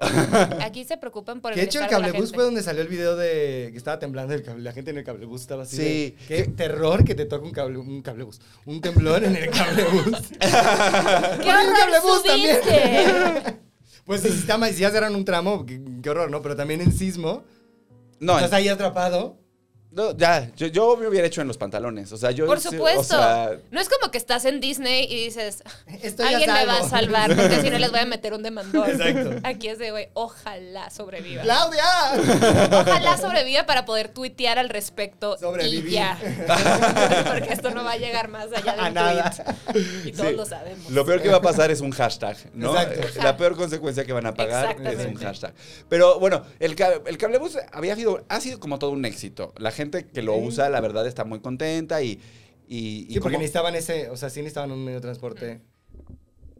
Aquí se preocupan por el Que de hecho, el bienestar de la cablebús pues, gente. fue donde salió el video de que estaba temblando el cable. La gente en el cablebús estaba así. Sí. de, qué terror que te toque un cable, un cablebús. Un temblor en el cablebús. ¡Qué horror subiste! Pues si, está, mal- si ya cerraron un tramo, qué, qué horror, ¿no? Pero también en sismo. No, Estás ahí atrapado. no, ya, yo, yo me hubiera hecho en los pantalones. O sea, yo. Por sí, o supuesto. sea, no es como que estás en Disney y dices, Estoy a alguien me salvo". va a salvar porque si no les voy a meter un demandón. Exacto. Aquí es de, güey, ojalá sobreviva. ¡Claudia! Ojalá sobreviva para poder tuitear al respecto Sobrevivir. y ya. porque esto no va a llegar más allá de A un nada. tweet. Y todos Sí. lo sabemos. Lo peor que va a pasar es un hashtag, ¿no? Exacto. La peor consecuencia que van a pagar es un Exactamente. hashtag. Pero bueno, el, ca- el cablebus había sido, ha sido como todo un éxito. La gente que lo usa, la verdad, está muy contenta y... y, y Sí, porque como- necesitaban ese, o sea, sí necesitaban un medio de transporte.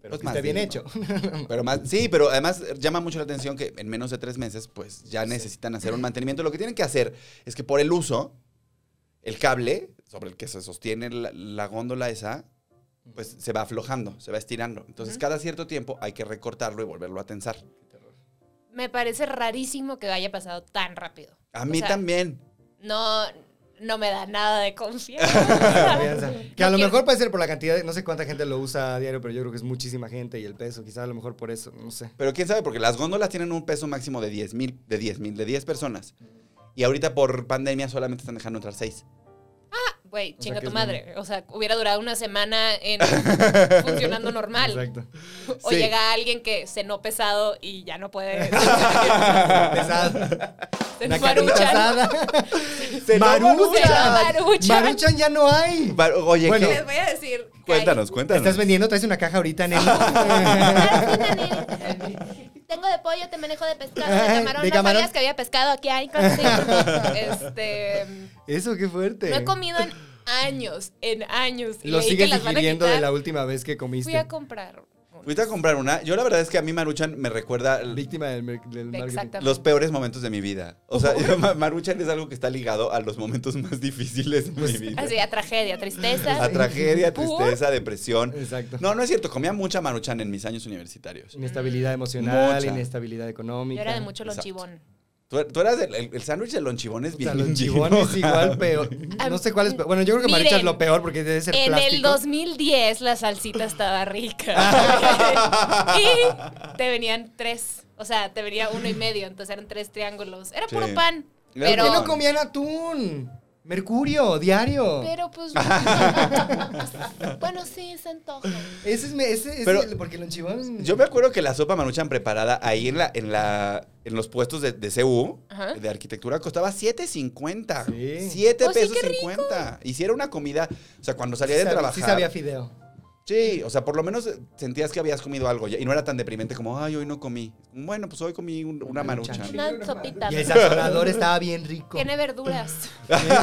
Pero Pues que más esté bien hecho. digno. Pero más, sí, pero además llama mucho la atención que en menos de tres meses, pues ya necesitan hacer un mantenimiento. Lo que tienen que hacer es que por el uso, el cable sobre el que se sostiene la, la góndola esa, pues se va aflojando, se va estirando. Entonces, cada cierto tiempo hay que recortarlo y volverlo a tensar. Me parece rarísimo que haya pasado tan rápido. A O mí sea, también. No, no me da nada de confianza. Confianza. que a No lo quiero- mejor puede ser por la cantidad, de- no sé cuánta gente lo usa a diario, pero yo creo que es muchísima gente y el peso, quizás a lo mejor por eso, no sé. Pero quién sabe, porque las góndolas tienen un peso máximo de 10 mil, de 10 mil, de 10 personas. Y ahorita por pandemia solamente están dejando entrar 6. güey, sea, chinga que tu es madre. O sea, hubiera durado una semana en funcionando normal. Exacto. O Sí. llega alguien que cenó pesado y ya no puede. Pesada. se Una carnita maruchan. asada. Se Maruchan. Maruchan. Maruchan ya no hay. Bar- Oye, Bueno. ¿qué? Les voy a decir. que Cuéntanos, ¿Te cuéntanos. estás vendiendo? ¿Traes una caja ahorita, Nelly? hay- Tengo de pollo, te manejo de pescado, de camarón. De no camarón. sabías que había pescado aquí, hay cosas así. Este. Eso, qué fuerte. No he comido en años, en años. Y Lo leí que sigues las van a digiriendo de quitar. la última vez que Fui a comiste. comprar. una. Fuiste a comprar una. Yo la verdad es que a mí Maruchan me recuerda l- Víctima del, mer- del marketing. Exactamente. los peores momentos de mi vida. O sea, yo- Ma- Maruchan es algo que está ligado a los momentos más difíciles de mi vida. Así, a tragedia, tristeza. A tragedia, ¿Por? tristeza, depresión. Exacto. No, no es cierto. Comía mucha Maruchan en mis años universitarios. Inestabilidad emocional, Mucha. inestabilidad económica. Yo era de mucho Exacto. lonchibón. Tú, tú eras el, el- el sándwich de lonchibón es O sea, bien los indigno. chibones igual peor. No sé cuál es peor. Bueno, yo creo que Maruchan es Miren, lo peor porque debe ser En plástico. el 2010 la salsita estaba rica. y te venían tres. O sea, te venía uno y medio. Entonces eran tres triángulos. Era Sí. puro pan. Era ¿Por Pero, qué pan. no comían atún? Mercurio, diario. pero pues. bueno, sí, se antoja. Ese es, me- ese es Pero- el- porque el lonchibón. Yo me acuerdo que la sopa maruchan preparada ahí en la en la en los puestos de, de CU Ajá. de arquitectura costaba 7.50. Sí. 7 Oh, sí, pesos qué rico. 50. Y si era una comida, o sea, cuando Sí salía de sabía- trabajar. Sí sabía fideo. Sí, o sea, por lo menos eh, sentías que habías comido algo ya, y no era tan deprimente como, "Ay, hoy no comí." Bueno, pues hoy comí un- una Maruchan. maruchan. Una sopita. Y el sazonador estaba bien rico. Tiene verduras. y Son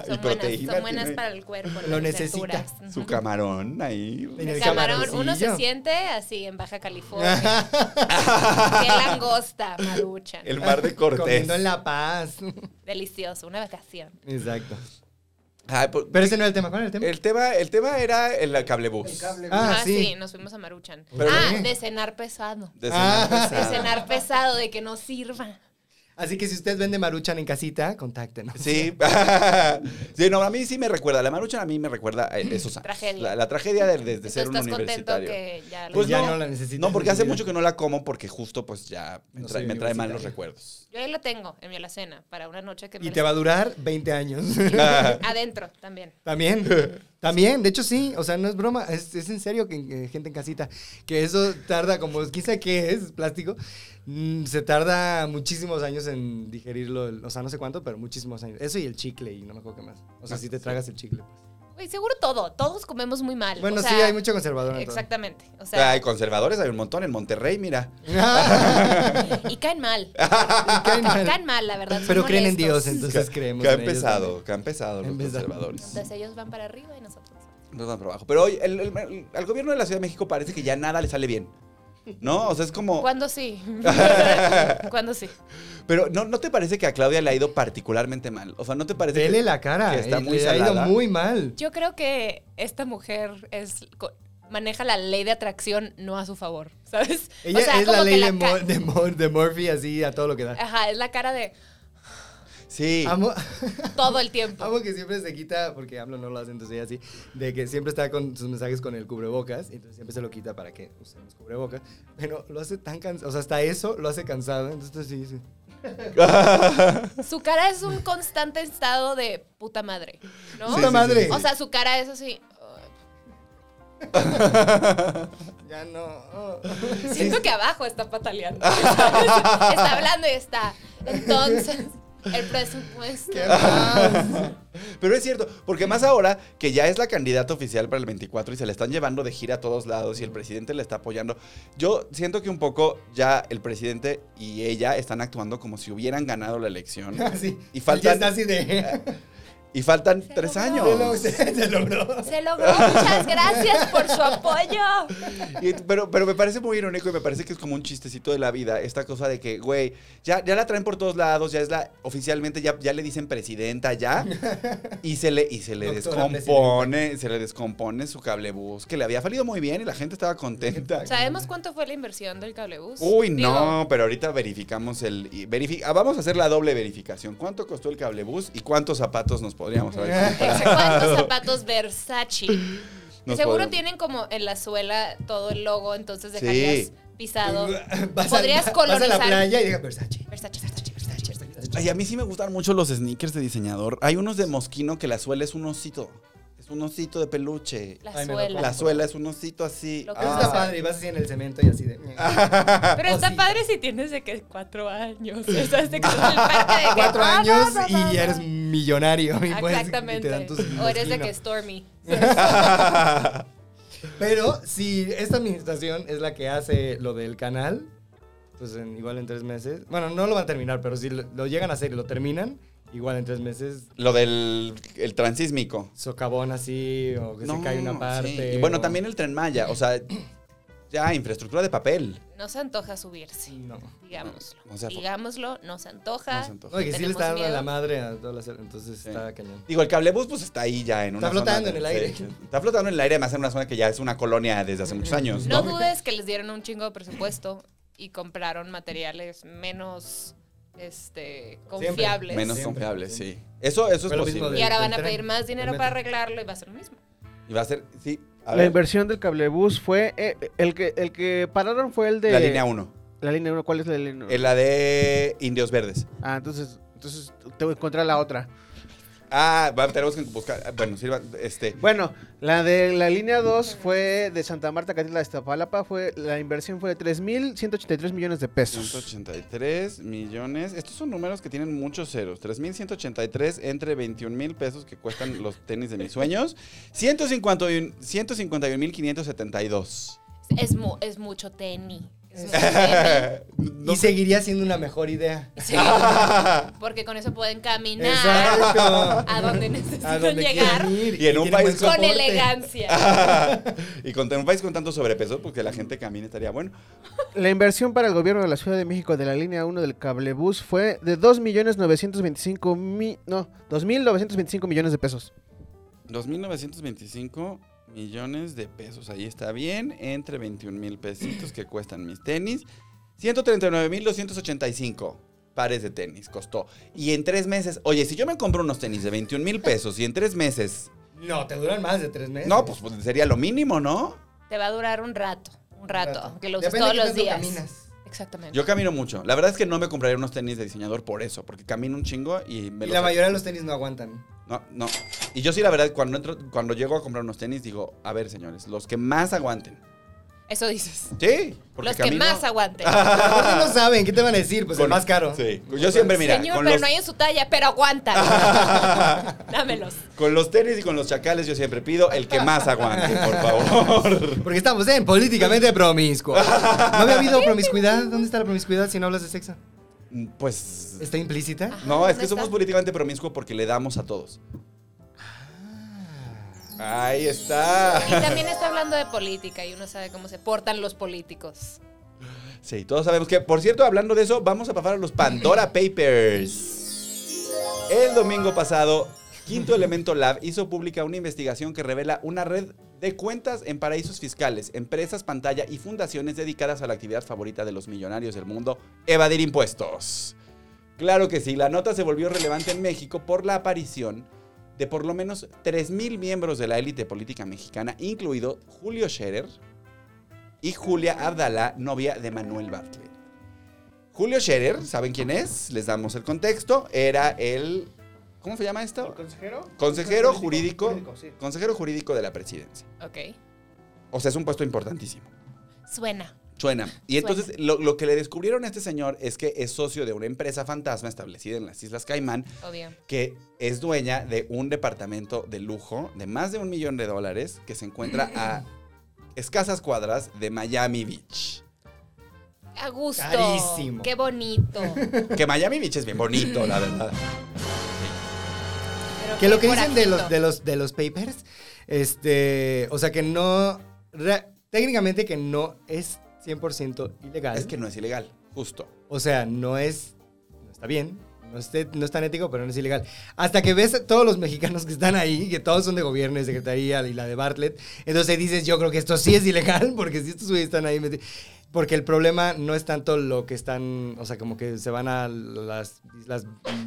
buenas, proteína. son buenas tiene para el cuerpo. Lo las necesita. verduras. Ujú. su camarón ahí. En El el camarón, uno se camaroncillo. siente así en Baja California. Qué langosta, maruchan. El mar de Cortés. Comiendo en La Paz. Delicioso, una vacación. Exacto. Ay, por- Pero ese no era el tema. ¿Cuál era el tema? el tema el tema era el cablebus. Ah, sí. nos fuimos a maruchan. Pero- ah, de cenar pesado. De Ah. cenar De pesado. cenar pesado, de que no sirva. Así que si usted vende maruchan en casita, contáctenos. Sí. sí, no, a mí sí me recuerda. La marucha a mí me recuerda a esos años. Tragedia. La, la tragedia de, de- de Entonces, ser un ¿Estás contento universitario. que ya lo- Pues ya no. no, la necesito. No, porque hace mucho que no la como porque justo pues ya me No trae, soy me trae malos universitario. recuerdos. Yo ahí lo tengo en mi alacena para una noche que Y me te va a durar 20 años. Ah. Adentro también. También, también, de hecho sí, o sea, no es broma, es, es en serio que que gente en casita, que eso tarda como, quién sabe qué es, plástico, mm, se tarda muchísimos años en digerirlo, el- o sea, no sé cuánto, pero muchísimos años. Eso y el chicle, y no me acuerdo qué más. O Ah, sea, si te tragas el chicle. pues. Güey, seguro todo. Todos comemos muy mal. Bueno, o sea, sí, hay mucho conservador. en todo. Exactamente. O O sea, sea, hay conservadores, hay un montón en Monterrey, mira. y caen mal. caen mal. Caen mal, la verdad. son Pero creen en Dios, molestos. entonces Que- creemos. que ha en ellos empezado, que ha empezado los En vez de- conservadores. Entonces ellos van para arriba y nosotros. Nos van para abajo. Pero hoy el- el- el- al gobierno de la Ciudad de México parece que ya nada le sale bien. ¿No? O sea, es como... ¿Cuándo sí? ¿Cuándo sí? Pero ¿no, ¿no te parece que a Claudia le ha ido particularmente mal? O sea, ¿no te parece también. Vele que, la cara, que está eh, muy le ha ido salada? muy mal. Yo creo que esta mujer es co- maneja la ley de atracción no a su favor, ¿sabes? Ella O sea, es la como que ley de, ca- Ah, Mor- de, Mor- de Murphy así a todo lo que da. Ajá, es la cara de Sí. Amo- todo el tiempo. Amo que siempre se quita, porque AMLO no lo hace, entonces ella sí, de que siempre está con sus mensajes con el cubrebocas, entonces siempre se lo quita para que usemos cubrebocas. Pero lo hace tan cansado, o sea, hasta eso lo hace cansado, entonces sí, sí. Su cara es un constante estado de puta madre, ¿no? ¡Puta madre! O sea, su cara es así. ya no. oh. "Ay". Siento que abajo está pataleando. está hablando y está. Entonces, el presupuesto. ¿Qué más? ah. Pero es cierto, porque más ahora que ya es la candidata oficial para el 24 y se la están llevando de gira a todos lados y el presidente la está apoyando, yo siento que un poco ya el presidente y ella están actuando como si hubieran ganado la elección. Sí. Y faltan- Ya está así de. Y faltan Se tres logró. Se lo- años. se- se logró. Se logró. Muchas gracias por su apoyo. Y- pero, pero me parece muy irónico y me parece que es como un chistecito de la vida, esta cosa de que, güey, ya, ya la traen por todos lados, ya es la, oficialmente ya, ya le dicen presidenta ya, y se le, y se le Doctora descompone, se le descompone su cablebús, que le había salido muy bien y la gente estaba contenta. ¿Sabemos cuánto fue la inversión del cablebus? Uy, Digo, no, pero ahorita verificamos el... y verifi- ah, vamos a hacer la doble verificación. ¿Cuánto costó el cablebús y cuántos zapatos nos podríamos haber comprado? exacto, ¿Cuántos zapatos Versace? Nos Seguro podemos- tienen como en la suela todo el logo, entonces Sí. dejarías pisado. Vas a- Podrías Vas a colonizar. la playa y diga Versace. Versace, Versace, Versace. Versace. Ay, a mí sí me gustan mucho los sneakers de diseñador. Hay unos de Mosquino que la suela es un osito. Es un osito de peluche. La Ay, me lo suela. como. La suela es un osito así. Lo que Eso Ah. está padre, y vas así en el cemento y así de. "Eh, Pero está Osito. padre si tienes de que cuatro años. O sea, este que es el parque de que- Cuatro Ah, no, años no, no, y ya no. eres millonario. y puedes- y Exactamente. te dan tus o eres de mosquinos. que Stormy. Pero si esta administración es la que hace lo del canal, pues en- igual en tres meses. Bueno, no lo van a terminar, pero si lo, lo llegan a hacer y lo terminan, igual en tres meses, Lo del el transísmico. socavón así, o que se No, cae una sí. parte. Y bueno, o- también el tren Maya. O sea, ya, infraestructura de papel. No se antoja subirse. No. Digámoslo. No, o sea, fo- digámoslo, no se antoja. No se antoja. No, y que sí le Tenemos está dando miedo. la madre a todas las. Entonces Sí. está cañón. Digo, el cablebus pues está ahí ya en una Está flotando zona- en el aire. sí, está flotando en el aire, además en una zona que ya es una colonia desde hace muchos años. No ¿no? dudes que les dieron un chingo de presupuesto y compraron materiales menos este confiables. Menos Siempre, confiable, sí. siempre. Eso, eso Fue es lo mismo posible. de- Y ahora del van a tren, pedir más dinero del para metro. arreglarlo y va a ser lo mismo. Y va a ser, sí, a La ver, inversión del cablebús fue. eh, el, que, el que pararon fue el de. la línea 1. La línea 1. ¿Cuál es la línea 1? La de Indios Verdes. Ah, entonces, entonces tengo que encontrar la otra. Ah, va- tenemos que buscar. Bueno, sirva. Este. Bueno, la de la línea 2 fue de Santa Marta, Catitla de Iztapalapa. Fue, la inversión fue de 3.183 millones de pesos. 183 millones. Estos son números que tienen muchos ceros. 3.183 entre 21 mil pesos que cuestan los tenis de mis sueños. 151 151.572. Es, mu- es mucho tenis. Es mucho tenis. No y seguiría siendo una mejor idea. Sí. Porque con eso pueden caminar Exacto. a donde A necesitan donde llegar quieran ir. Y en un tienen buen país con soporte. elegancia. y con un país con tanto sobrepeso, porque la gente camina estaría bueno. La inversión para el gobierno de la Ciudad de México de la línea 1 del cablebús fue de 2.925 mi- no, 2.925 millones de pesos. 2.925 millones de pesos. Ahí está bien. Entre 21 mil pesitos que cuestan mis tenis. 139.285 pares de tenis costó. Y en tres meses, oye, si yo me compro unos tenis de 21 mil pesos y en tres meses... No, te duran más de tres meses. No, pues, pues, sería lo mínimo, ¿no? Te va a durar un rato, un rato, aunque lo uses Depende todos de los cuánto días. caminas. Exactamente. Yo camino mucho. La verdad es que no me compraría unos tenis de diseñador por eso, porque camino un chingo y me Y los la mayoría de los tenis no aguantan. No, no. Y yo sí, la verdad, cuando, entro, cuando llego a comprar unos tenis, digo, a ver, señores, los que más aguanten. Eso dices. Sí, porque los que camino- más aguanten. Aparte no saben, ¿qué te van a decir? Pues Con- el más caro. Sí. Yo siempre, mira, Señor, con, pero los, no hay en su talla, pero aguanta. Dámelos. con los tenis y con los chacales yo siempre pido el que más aguante, por favor. Porque estamos en políticamente promiscuo. No había habido promiscuidad. ¿Dónde está la promiscuidad si no hablas de sexo? Pues... ¿Está implícita? No, es que ¿no somos está? políticamente promiscuos porque le damos a todos. Ahí está. Y también está hablando de política y uno sabe cómo se portan los políticos. Sí, todos sabemos que, por cierto, hablando de eso, vamos a pasar a los Pandora Papers. El domingo pasado, Quinto Elemento Lab hizo pública una investigación que revela una red de cuentas en paraísos fiscales, empresas, pantalla y fundaciones dedicadas a la actividad favorita de los millonarios del mundo, evadir impuestos. Claro que sí, la nota se volvió relevante en México por la aparición de por lo menos 3.000 miembros de la élite política mexicana, incluido Julio Scherer, y Julia Abdala, novia de Manuel Bartlett. Julio Scherer, ¿saben quién es? Les damos el contexto. Era el. ¿Cómo se llama esto? consejero? Consejero jurídico. sí. Consejero jurídico de la presidencia. Ok. O sea, es un puesto importantísimo. Suena. Suena. Y entonces lo, lo que le descubrieron a este señor es que es socio de una empresa fantasma establecida en las Islas Caimán Obvio. que es dueña de un departamento de lujo de más de un millón de dólares que se encuentra a escasas cuadras de Miami Beach. A gusto. Carísimo. Qué bonito. Pero Que Miami Beach es bien bonito, la verdad. Que lo que qué dicen de los, corajito. de los, de los papers, este, o sea que no, re- técnicamente que no es 100% ilegal. Es que no es ilegal, justo. O sea, no es, no está bien, no, esté- no es tan ético, pero no es ilegal. Hasta que ves a todos los mexicanos que están ahí, que todos son de gobierno, de secretaría y la de Bartlett, entonces dices, yo creo que esto sí es ilegal, porque si estos güeyes están ahí meti- Porque el problema no es tanto lo que están, o sea, como que se van a las Islas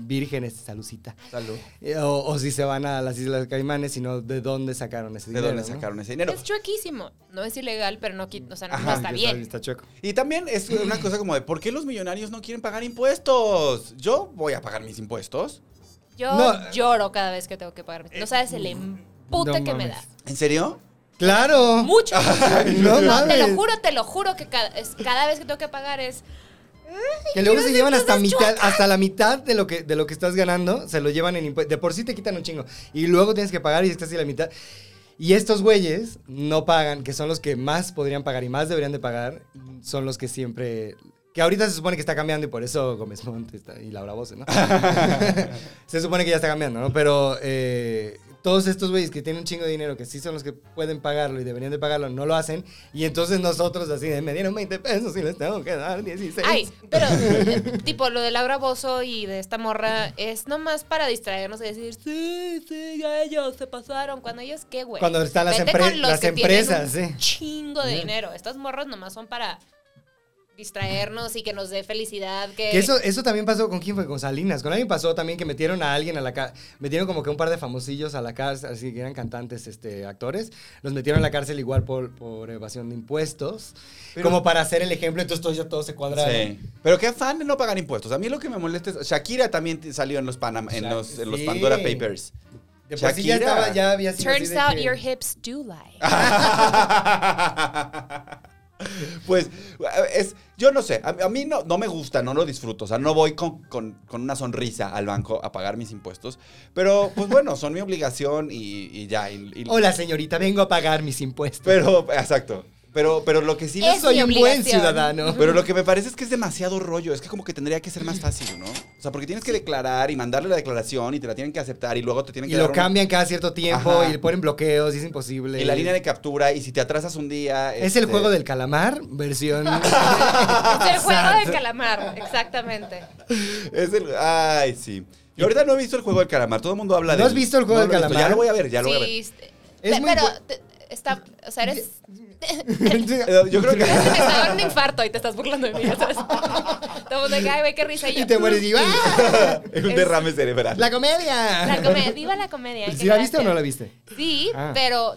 Vírgenes, salucita, Salud. eh, o, o si se van a las Islas Caimanes, sino de dónde sacaron ese ¿De dinero. dónde ¿no? sacaron ese dinero? Es chuequísimo. No es ilegal, pero no, qui- o sea, no, Ajá, está Está- bien. Está chueco. Y también es una cosa como de, ¿por qué los millonarios no quieren pagar impuestos? Yo voy a pagar mis impuestos. Yo No. lloro cada vez que tengo que pagar. mis- No sabes el empute no que me da. mames. ¿En serio? ¡Claro! Mucho. no no, te mames. lo juro, te lo juro que cada, es- cada vez que tengo que pagar es. Que luego Quiero se hacer llevan hasta cosas mitad, hasta la mitad de lo que de lo que estás ganando, se lo llevan en impuestos. De por sí te quitan un chingo. Y luego tienes que pagar y es casi la mitad. Y estos güeyes no pagan, que son los que más podrían pagar y más deberían de pagar, son los que siempre. Que ahorita se supone que está cambiando y por eso Gómez Montt está- y Laura Bose, ¿no? se supone que ya está cambiando, ¿no? Pero eh, todos estos güeyes que tienen un chingo de dinero, que sí son los que pueden pagarlo y deberían de pagarlo, no lo hacen. Y entonces nosotros así de, me dieron 20 pesos y les tengo que dar 16. Ay, pero eh, tipo lo de Laura Bozo y de esta morra es nomás para distraernos y decir, sí, sí, ya ellos se pasaron. Cuando ellos, ¿qué, güey? Cuando están las, Pues, Vete empre- con los las que tienen empresas, un ¿eh? chingo de Sí. dinero. Estas morras nomás son para distraernos y que nos dé felicidad. Que, Que eso, eso también pasó con quién fue, con Salinas. Con alguien pasó también que metieron a alguien a la cárcel. Metieron como que un par de famosillos a la cárcel, así que eran cantantes, este, actores. Los metieron a la cárcel igual por, por evasión de impuestos. Pero- como para hacer el ejemplo, entonces todos ya todos se cuadraron. Sí. Pero qué afán de no pagar impuestos. A mí lo que me molesta es. Shakira también t- salió en los, Panam- en Sha- los, en los sí. Pandora Papers. De por sí Shakira. ya estaba, ya había sido así Turns de out que- your hips do lie. pues es, yo no sé, a, a mí no, no me gusta, no lo disfruto, o sea, no voy con, con- con una sonrisa al banco a pagar mis impuestos, pero pues bueno, son mi obligación y, y ya. y- y- Hola, señorita, vengo a pagar mis impuestos. Pero, exacto, pero, pero lo que sí... Es soy mi un buen obligación. ciudadano. Pero lo que me parece es que es demasiado rollo. Es que como que tendría que ser más fácil, ¿no? O sea, porque tienes que declarar y mandarle la declaración y te la tienen que aceptar y luego te tienen y que lo dar una- cambian cada cierto tiempo Ajá. y le ponen bloqueos y es imposible. y la línea de captura y si te atrasas un día... Es el este, juego del calamar, versión... Es el juego Exacto. de calamar, exactamente. Es el... Ay, sí. Yo ahorita no he visto el juego del calamar. Todo el mundo habla de ¿No has visto el juego No del lo he visto. calamar? Ya lo voy a ver, ya lo voy a ver. Sí, este- Es pe- muy pero bu- te- está, o sea, eres Eh, Yo creo que... parece que te va a dar un infarto y te estás burlando de mí. ya sabes. Todo el mundo de que, ay, güey, qué risa. Y yo, te mueres y ¡ah! es un derrame cerebral. ¡La comedia! La comedia, viva la comedia. ¿Sí qué Pues la viste o gracia. no la viste? Sí, Ah. pero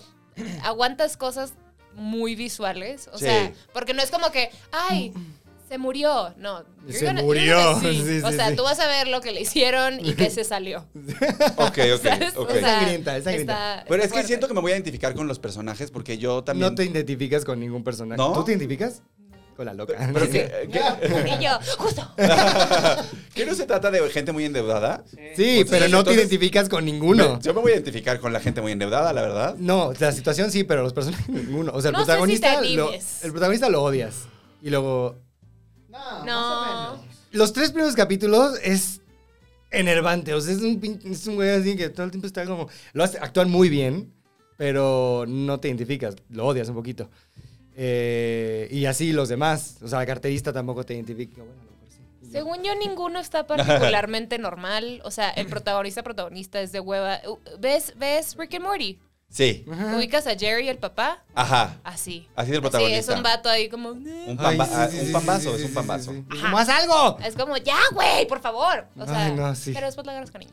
aguantas cosas muy visuales. O Sí. sea, porque no es como que, ay, se murió. No. you're Se gonna- murió. you're gonna see. Sí, o sí, sea, sí. tú vas a ver lo que le hicieron y que se salió. Ok, ¿sabes? ok, ok. O sea, Sangrienta, es sangrienta. está- Pero está es que fuerte. siento que me voy a identificar con los personajes porque yo también... No te identificas con ningún personaje. ¿No? ¿Tú te identificas? Con la loca. Pero que... que- Y yo, justo. que no se trata de gente muy endeudada? Sí, Pues pero sí, no te entonces- identificas con ninguno. Yo me voy a identificar con la gente muy endeudada, la verdad. No, la situación sí, pero los personajes ninguno. O sea, el No sé si protagonista. te lo, animes. el protagonista lo odias. Y luego. No. Los tres primeros capítulos es enervante. O sea, es un, pin- es un güey así que todo el tiempo está como. Lo hace, actúan muy bien, pero no te identificas. Lo odias un poquito. Eh, y así los demás. O sea, la carterista tampoco te identifica. Bueno, a lo mejor sí. Según yo, ninguno está particularmente normal. O sea, el protagonista protagonista es de hueva. Uh, ¿Ves, ves Rick and Morty? Sí. ¿Ubicas a Jerry, el papá? Ajá. Así. Así es el Sí, es protagonista. un vato ahí como... Un, Ay, pamba- sí, sí, ah, un sí, pambazo, sí, sí, es un sí, pambazo. sí, sí. ¡Como haz algo! Es como, ya, güey, por favor. O sea, Ay, no, sí. pero después la agarras cariño.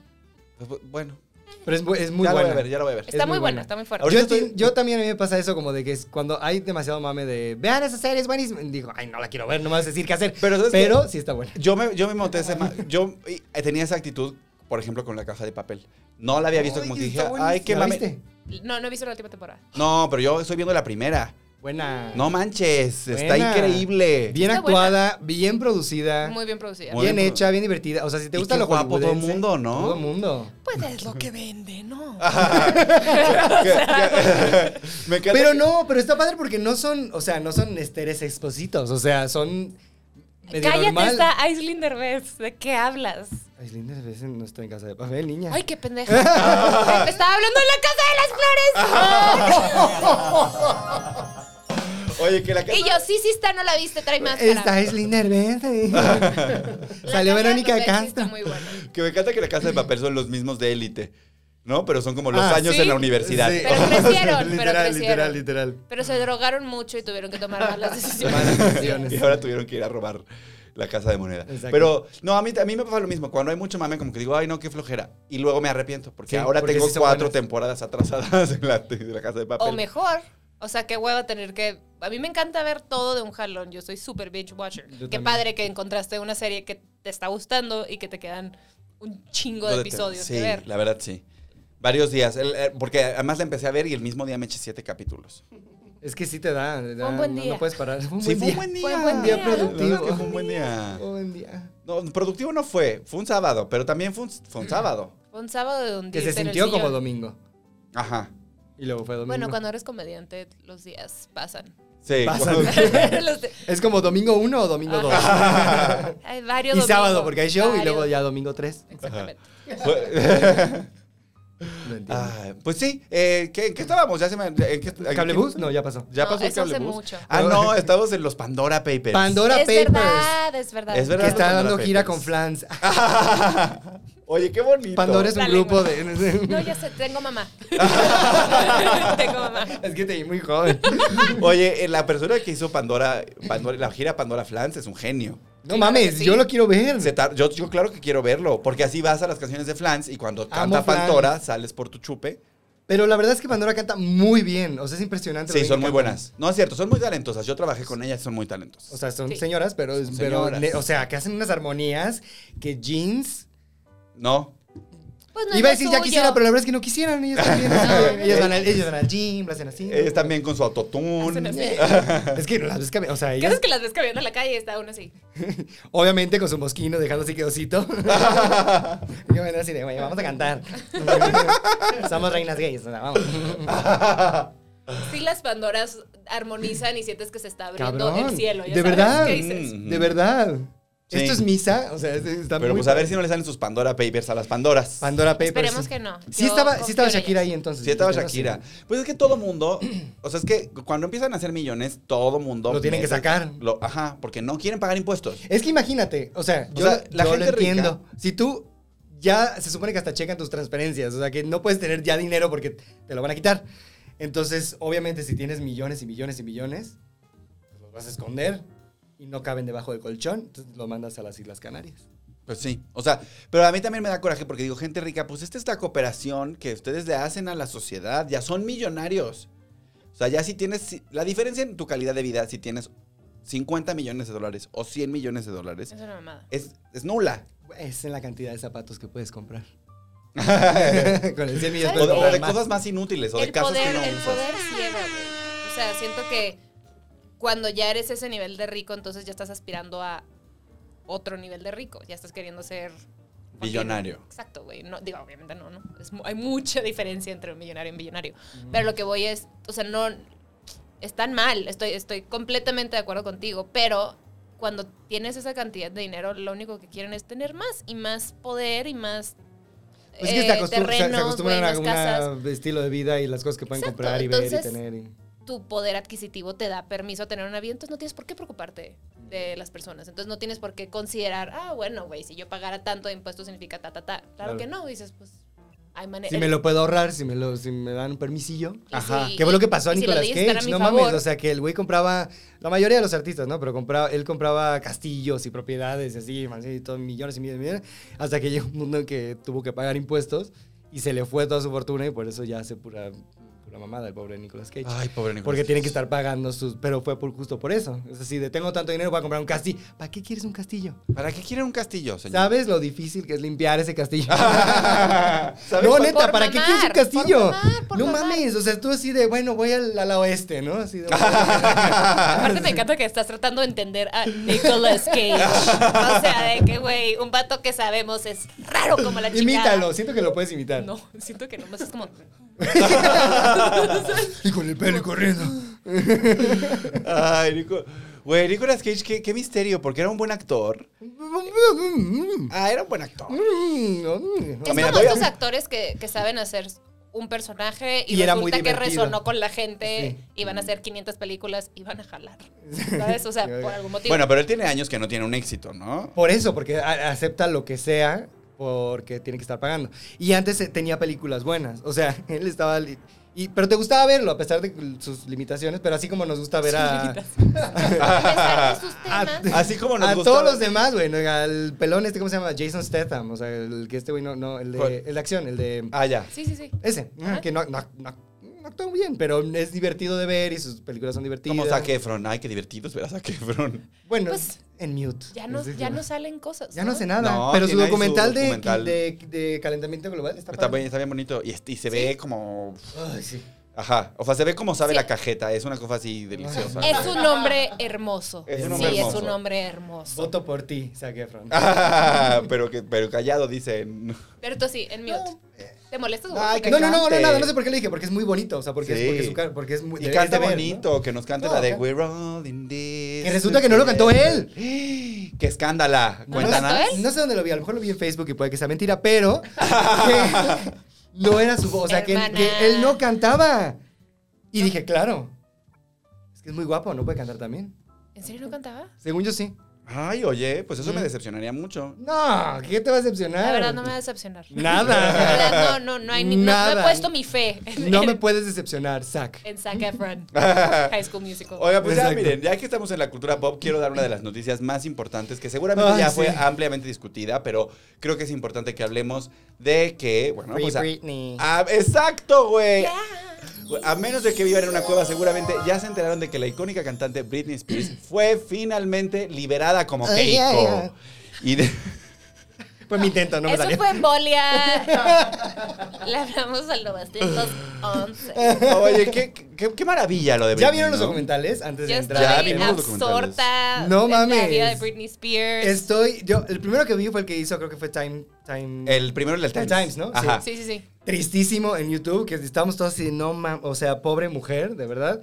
Pues, Bueno, Pero es, bu- es muy ya buena. lo voy a ver, ya lo voy a ver. Está muy muy buena. buena, está muy Ahorita- fuerte. Yo, estoy- ti- yo también a mí me pasa eso como de que es cuando hay demasiado mame de vean esa serie, es buenísima. Y Digo, ay, no la quiero ver, no me vas a decir qué hacer. Pero, ¿sabes Pero qué? sí está buena. Yo me, yo me monté ese ma- Yo y, eh, tenía esa actitud, por ejemplo, con la casa de papel. No la había visto como que dije, ay, qué ¿La mame. viste? No, no he visto la última temporada. No, pero yo estoy viendo la primera. Buena. No manches, está Buena. increíble. Bien Está actuada, bien producida, Muy bien producida. Muy- bien bien. hecha, bien divertida. O sea, si te Y gusta qué lo guapo todo el hollywoodense, mundo, ¿no? Todo el mundo. Pues es lo que vende, ¿no? Me encanta Pero que- no, pero está padre porque no son, o sea, no son esteres expositos. O sea, son medio Cállate, normal. está Aislinn Derbez. ¿De qué hablas? Ay, lindas veces no estoy en casa de papel, niña. Ay, qué pendeja. Me estaba hablando en la casa de las flores. Oye, que la casa. y yo, sí, sí está, no la viste, trae más. Esta es Linda Herbert. Salió Verónica Castro. Castro. Está muy buena. Que me encanta que la casa de papel son los mismos de élite. ¿no? Pero son como los Ah, años sí. en la universidad. Sí. Pero crecieron, pero literal, crecieron. literal, literal. Pero se drogaron mucho y tuvieron que tomar malas decisiones. Malas decisiones. y ahora tuvieron que ir a robar la casa de moneda. Exacto. Pero no, a mí, a mí me pasa lo mismo. Cuando hay mucho mame, como que digo, ay, no, qué flojera. Y luego me arrepiento, porque Sí, ahora porque tengo sí son cuatro buenas. temporadas atrasadas en la, de la casa de papel. O mejor. O sea, qué hueva tener que. A mí me encanta ver todo de un jalón. Yo soy super binge watcher. Yo qué también. padre que encontraste una serie que te está gustando y que te quedan un chingo de Todo de te- episodios Sí, que ver. la verdad, sí. Varios días. El- eh, porque además la empecé a ver y el mismo día me eché siete capítulos. Es que sí te da. te da, un buen no- día. No puedes parar. Fue un sí, buen fue día. un buen día. Fue un buen día. La verdad es que Productivo. Fue un buen día. Fue un buen día. No, productivo no fue. Fue un sábado, pero también fue un, fue un sábado. Fue Un sábado de un Que día. se sintió como domingo. Ajá. Y luego fue domingo. Bueno, cuando eres comediante, los días pasan. Sí. Pasan. Los de- Es como domingo 1 o Ah. domingo 2. hay varios y sábado domingos, porque hay show y luego varios- ya domingo 3. Exactamente. Fue- No entiendo. Ah, pues sí, eh, ¿qué, en qué estábamos? ¿Ya se me, ¿en qué, en ¿Cablebus? qué- No, ya pasó. ¿Ya No, pasó el eso hace cablebus? mucho. Ah, no, estamos en los Pandora Papers. Pandora Es Papers. verdad, es verdad. Es Que verdad. está Pandora dando gira Papers. con Flans. Oye, qué bonito. Pandora es un La grupo lengua. de. No, ya sé, tengo mamá. tengo mamá. Es que te vi muy joven. Oye, eh, la persona que hizo Pandora, Pandora- la gira Pandora Flans es un genio. No Sí, mames, sí. yo lo quiero ver. Se tar- yo, yo claro que quiero verlo, porque así vas a las canciones de Flans y cuando canta Flans. Pandora sales por tu chupe. Pero la verdad es que Pandora canta muy bien. O sea, es impresionante. lo Sí, bien son que muy canta. buenas. No es cierto, son muy talentosas. Yo trabajé con ellas, son muy talentosas. O sea, son Sí. señoras, pero, Son pero señoras. le- o sea, que hacen unas armonías que jeans. no, Pues no Iba a es lo decir ya suyo. Ah, quisiera, pero la verdad es que no quisieran. Ellas también. ellas, van al, Ellas- ellas van al gym, lo hacen así. ellas también con su autotune. Es que no las ves cami- O sea, ¿Qué ellas, haces que las ves caminando en la calle y está uno así? obviamente con su mosquino, dejando así quedosito. Yo me así de, "Güey, vamos a cantar. Somos reinas gays. o sea, vamos. Sí, las Pandoras armonizan y sientes que se está abriendo Cabrón. el cielo. ¿ya de sabes? verdad. Mm. ¿Qué dices? De verdad. Sí. Esto es misa. O sea, es- está Pero muy pues a ver si no le salen sus Pandora Papers a las Pandoras. Pandora Papers. Esperemos sí. que no. Sí Yo estaba, sí confío estaba en Shakira ellas. ahí entonces. Sí, estaba porque no sé. Shakira. Pues es que todo mundo, o sea, es que cuando empiezan a hacer millones, todo mundo... Lo tienen que mete- sacar. lo- ajá, porque no quieren pagar impuestos. Es que imagínate, o sea, O yo, sea, la yo gente lo entiendo. Si tú ya se supone que hasta checan tus transferencias, o sea, que no puedes tener ya dinero porque te lo van a quitar. Entonces, obviamente, si tienes millones y millones y millones, pues los vas a esconder y no caben debajo del colchón, entonces los mandas a las Islas Canarias. Pues sí, o sea, pero a mí también me da coraje porque digo, gente rica, pues esta es la cooperación que ustedes le hacen a la sociedad, ya son millonarios. O sea, ya si tienes, si- la diferencia en tu calidad de vida, si tienes 50 millones de dólares o 100 millones de dólares, Es una mamada. es, es nula. Es en la cantidad de zapatos que puedes comprar. Con el 100 millones O, puedes de- o comprar de más. cosas más inútiles, o de El casas poder, que no el usas. poder ciega, güey. O sea, siento que cuando ya eres ese nivel de rico, entonces ya estás aspirando a otro nivel de rico. Ya estás queriendo ser... Billonario. Exacto, güey. No, digo, obviamente no, ¿no? Es mu- hay mucha diferencia entre un millonario y un billonario. Pero lo que voy es, o sea, no... Están mal, estoy, estoy completamente de acuerdo contigo, pero cuando tienes esa cantidad de dinero, lo único que quieren es tener más y más poder y más... Pues es que eh, se, acostum- se- se terrenos, acostumbran güey, a más un casas. estilo de vida y las cosas que pueden Exacto, comprar y entonces- ver y tener. y- tu poder adquisitivo te da permiso a tener una vida, entonces no tienes por qué preocuparte de las personas. Entonces no tienes por qué considerar, ah, bueno, güey, si yo pagara tanto de impuestos significa ta, ta, ta. Claro, Claro. que no, dices, pues, hay manera. Si me lo puedo ahorrar, si me, lo, si me dan un permisillo. Ajá. Que fue lo que pasó a Y si lo Nicolas de estar a Cage, mi no favor. mames. O sea, que el güey compraba, la mayoría de los artistas, ¿no? Pero compraba, él compraba castillos y propiedades y así, así, todo, millones y millones, y millones, hasta que llegó un mundo en que tuvo que pagar impuestos y se le fue toda su fortuna y por eso ya hace pura, pura mamada el pobre Nicolas Cage. Ay, pobre Nicolás. Porque tienen que estar pagando sus... Pero fue por, justo por eso. Es así, de tengo tanto dinero, voy a comprar un castillo. ¿Para qué quieres un castillo? ¿Para qué quieren un castillo, señor? ¿Sabes lo difícil que es limpiar ese castillo? ¿Sabes? No, Por- neta, por ¿para qué quieres un mamar, por castillo? mamar, por no mamar. mames, o sea, tú así de, bueno, voy al, al oeste, ¿no? Así de, Aparte me encanta que estás tratando de entender a Nicolas Cage. O sea, de que, güey, un vato que sabemos es raro como la chica. imítalo, siento que lo puedes imitar. No, siento que nomás es como... Y con el pelo corriendo. Ay, Nico. Güey, Nicolas Cage, qué, qué misterio, porque era un buen actor. mm, Ah, era un buen actor. Es Mira, como voy a- estos actores que, que saben hacer un personaje y, Y era muy resulta que divertido. resonó con la gente Sí. y van a hacer 500 películas y van a jalar. ¿Sabes? O sea, por algún motivo. Bueno, pero él tiene años que no tiene un éxito, ¿no? Por eso, porque a- acepta lo que sea. por- porque tiene que estar pagando. Y antes eh, tenía películas buenas, o sea, él estaba... li- y, pero te gustaba verlo, a pesar de sus limitaciones, pero así como nos gusta ver a, A pesar de sus Ah, temas. Así como nos a gusta- todos los demás, güey. ¿no? Al pelón este, ¿cómo se llama? Jason Statham. O sea, el que este güey no, no, el ¿Cuál? de, el de acción, el de... Ah, ya. Sí, sí, sí. Ese, ah, Ajá. que no, no, no, no actúa bien, pero es divertido de ver y sus películas son divertidas. Como Zac Efron. Ay, qué divertido es ver a Zac Efron. Bueno, Pues, en mute. Ya no, Es decir, ya Pues no salen cosas. ya no sé nada. No, pero su tiene ahí su documental, de, documental. De, de calentamiento global está, Está padre. bien, está bien bonito. Y, este- y se ve como... Ay, sí. Ajá. O sea, se ve como sabe Sí. la cajeta. Es una cosa así deliciosa. Es un hombre hermoso. Es un sí, hombre es hermoso. un hombre hermoso. Voto por ti, Zac Efron. Ah, pero, que, pero callado dicen. Pero tú sí, en mute. ¿Te molestas? o Ay, qué? que no, no, no, no, cante. eh. nada, no sé por qué lo dije, porque es muy bonito, o sea, porque, Sí. es, porque, su cara- porque es muy... Y debes canta Pues, de ver, ¿no? bonito, que nos cante No, la de acá. We're all in this. Que resulta que no lo cantó él. ¡Qué escándala! lo Cuéntanos. cantó él? No sé dónde lo vi, a lo mejor lo vi en Facebook y puede que sea mentira, pero que no era su voz, o sea, que, Hermana. que él no cantaba. Y dije, claro, es que es muy guapo, no puede cantar también. ¿En serio no cantaba? Según yo sí. Ay, oye, pues eso me Mm. decepcionaría mucho. No, ¿qué te va a decepcionar? La verdad no me va a decepcionar. La Nada. verdad no, no, no hay ni, no- no, he Nada. puesto mi fe en, No en- me puedes decepcionar, Zac. en Zac Efron. High School Musical. Oiga, pues ya Exacto. miren, ya que estamos en la cultura pop, quiero dar una de las noticias más importantes que seguramente Ay, ya sí. fue ampliamente discutida, pero creo que es importante que hablemos de que, bueno, Free pues, a- Britney. Ah, exacto, güey. A menos de que vivan en una cueva, seguramente ya se enteraron de que la icónica cantante Britney Spears fue finalmente liberada como Keiko. Ay, ay, ay. Y de- Ah. Pues mi intento, no me Eso salió. fue embolia. Le hablamos al 911. oye, qué, qué- qué maravilla lo de Britney. ¿Ya vieron los ¿no? documentales antes de Yo entrar? Ya al estoy vimos tema? los documentales. absorta No en la mames. vida de Britney Spears. Estoy, yo, el primero que vi fue el que hizo, creo que fue Time, Time. El primero del Times. El Times, ¿no? Ajá. Sí, sí, sí. tristísimo en YouTube, que estábamos todos así, no mames, o sea, pobre mujer, de verdad.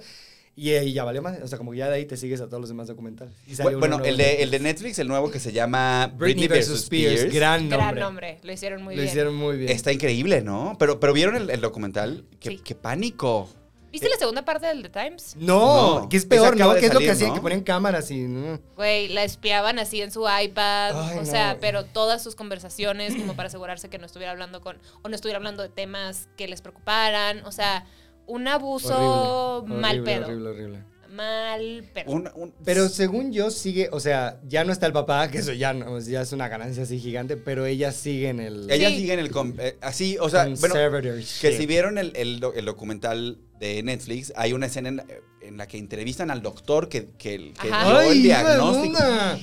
Y, eh, y ya valió más, o sea, como que ya de ahí te sigues a todos los demás documentales. Y salió Bueno, uno el nuevo. de, el de Netflix, el nuevo que se llama Britney vs. Spears, gran nombre. Gran nombre. Lo hicieron muy Lo bien. hicieron muy bien. Está increíble, ¿no? Pero, pero ¿vieron el, el documental? ¡Qué, Sí. qué pánico! ¿Viste la segunda parte del The Times? No, No, que es ese peor, acaba ¿no? de Que es lo que salir, hacían, ¿no? que ponían cámaras y... mm. Güey, la espiaban así en su iPad, Ay, o no, sea, güey. pero todas sus conversaciones como para asegurarse que no estuviera hablando con o no estuviera hablando de temas que les preocuparan, o sea, un abuso Horrible, mal horrible, pedo. Horrible, horrible. Mal pedo. Un- un- Pero según yo sigue, o sea, ya no está el papá, que eso ya, no, ya es una ganancia así gigante, pero ella sigue en el... Ella Sí. sigue en el... com- eh, así, o sea, bueno, conservatorship. que si vieron el, el do- el documental de Netflix, hay una escena en, la- en la que entrevistan al doctor que, que, que Ajá. dio ¡Ay, el hija de diagnóstico. una!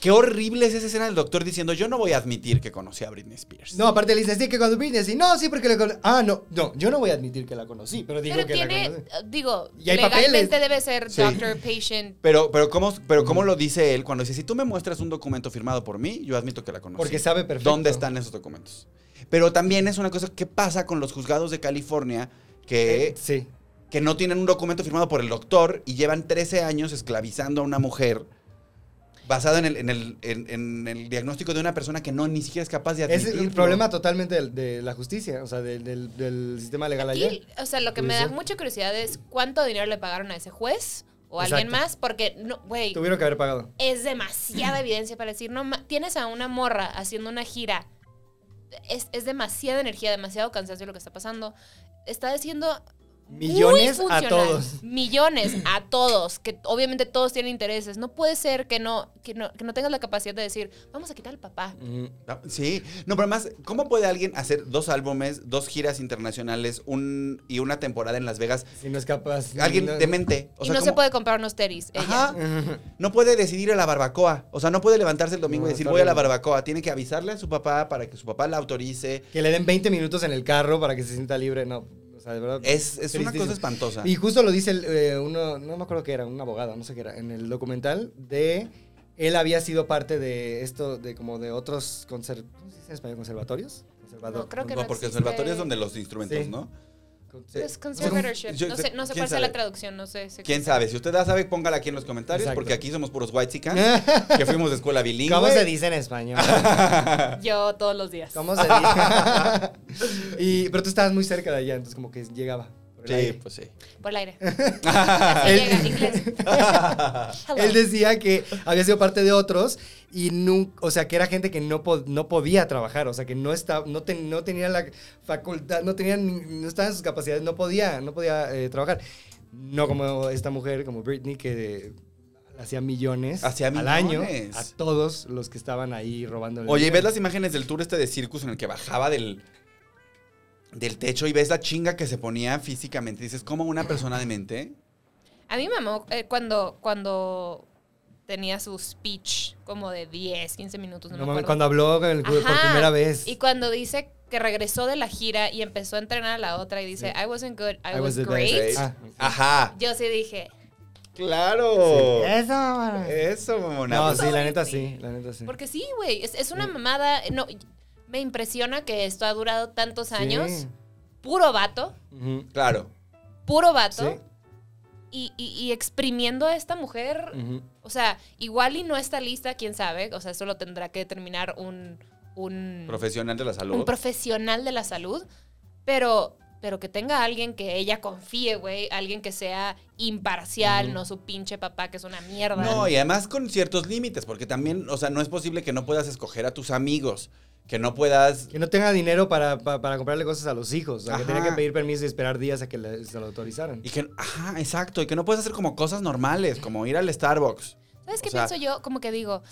Qué horrible es esa escena del doctor diciendo, yo no voy a admitir que conocí a Britney Spears. No, aparte le dice, sí, que cuando Britney, sí, no, sí, porque la conocí. Ah, no, no, yo no voy a admitir que la conocí, pero digo pero que tiene, la conocí. eh, digo, Y hay legalmente papeles. debe ser Sí. doctor patient. Pero, pero, ¿cómo, pero ¿cómo lo dice él cuando dice, si tú me muestras un documento firmado por mí, yo admito que la conocí? Porque sabe perfecto. ¿Dónde están esos documentos? Pero también es una cosa que pasa con los juzgados de California que, Sí. que no tienen un documento firmado por el doctor y llevan 13 años esclavizando a una mujer basado en el, en el, en- en el diagnóstico de una persona que no ni siquiera es capaz de Es admitir. el problema totalmente del- de, la justicia, o sea, del, del- del sistema legal allá. Aquí, o sea, lo que me da mucha curiosidad es cuánto dinero le pagaron a ese juez o a alguien Exacto. más, porque no, güey, Tuvieron que haber pagado. es demasiada evidencia para decir, no, ma- tienes a una morra haciendo una gira. Es, es demasiada energía, demasiado cansancio lo que está pasando. Está diciendo... muy Millones a funcional. todos. Millones a todos, que obviamente todos tienen intereses. No puede ser que no, que no, que no tengas la capacidad de decir, vamos a quitar al papá. No, Ah, Sí, no, pero además, ¿cómo puede alguien hacer dos álbumes, dos giras internacionales un, y una temporada en Las Vegas? Si no es capaz. Alguien no- demente. O y sea, no se ¿cómo- puede comprar unos teris. ella. Ajá. Mm. No puede decidir a la barbacoa. O sea, no puede levantarse el domingo No, y decir está voy a la bien. barbacoa. Tiene que avisarle a su papá para que su papá la autorice. Que le den 20 minutos en el carro para que se sienta libre, no. O sea, de verdad. Es, es una tristísimo. cosa espantosa. Y justo lo dice el, eh, uno, no me acuerdo qué era, un abogado, no sé qué era, en el documental de él había sido parte de esto, de como de otros conser, ¿cómo se dice en español? conservatorios. Conservador. No, creo que No, no porque el existe- conservatorio es donde los instrumentos, Sí. ¿no? Con- sí. Pues conservatorship. Yo- no sé, no sé ¿quién cuál sea la sabe? traducción, no sé. si ¿Quién existe. sabe? Si usted la sabe, póngala aquí en los comentarios, Exacto. porque aquí somos puros whitexicans que fuimos de escuela bilingüe. ¿Cómo se dice en español? Yo todos los días. ¿Cómo se dice? y, pero tú estabas muy cerca de allá, entonces como que llegaba. Por el Sí, aire. pues sí. Por el aire. Así El- llega, inglés. Hello. Él decía que había sido parte de otros y nunca, o sea, que era gente que no, po- no podía trabajar, o sea, que no estaba, no, ten- no tenía la facultad, no tenía, ni- no estaba en sus capacidades, no podía, no podía eh, trabajar. No como esta mujer, como Britney, que hacía millones, Hacía al año millones. a todos los que estaban ahí robando. el Oye, ¿y dinero. ves las imágenes del tour este de Circus en el que bajaba del, del techo y ves la chinga que se ponía físicamente? Dices, ¿cómo una persona de mente? A mí me amó eh, cuando, cuando tenía su speech como de 10, 15 minutos, no, No me mames, acuerdo. cuando habló con el güey por Ajá. primera vez. Y cuando dice que regresó de la gira y empezó a entrenar a la otra y dice, I wasn't good, I, was, the great. best. Ah, Ajá. Yo sí dije, Claro. Eso, Eso, mamona. No, Pues, sí, la neta sí, la neta sí. porque sí, güey, es, es una mamada. No, me impresiona que esto ha durado tantos Sí. años. Puro vato, Ujú. Claro. puro vato. Sí. Y, y- y exprimiendo a esta mujer Ujú. O sea, igual y no está lista, quién sabe. O sea, eso lo tendrá que determinar un, un, Profesional de la salud. Mm. un profesional de la salud. Pero, pero que tenga alguien que ella confíe, güey. Alguien que sea imparcial, no su pinche papá, que es una mierda. No, y además con ciertos límites, porque también, o sea, no es posible que no puedas escoger a tus amigos, que no puedas... Que no tenga dinero para, pa- para comprarle cosas a los hijos. O sea, que Ajá. tenía que pedir permiso y esperar días a que le- se lo autorizaran. Y que, ajá, exacto, y que no puedes hacer como cosas normales, como ir al Starbucks. ¿Sabes o qué sea- pienso yo? Como que digo,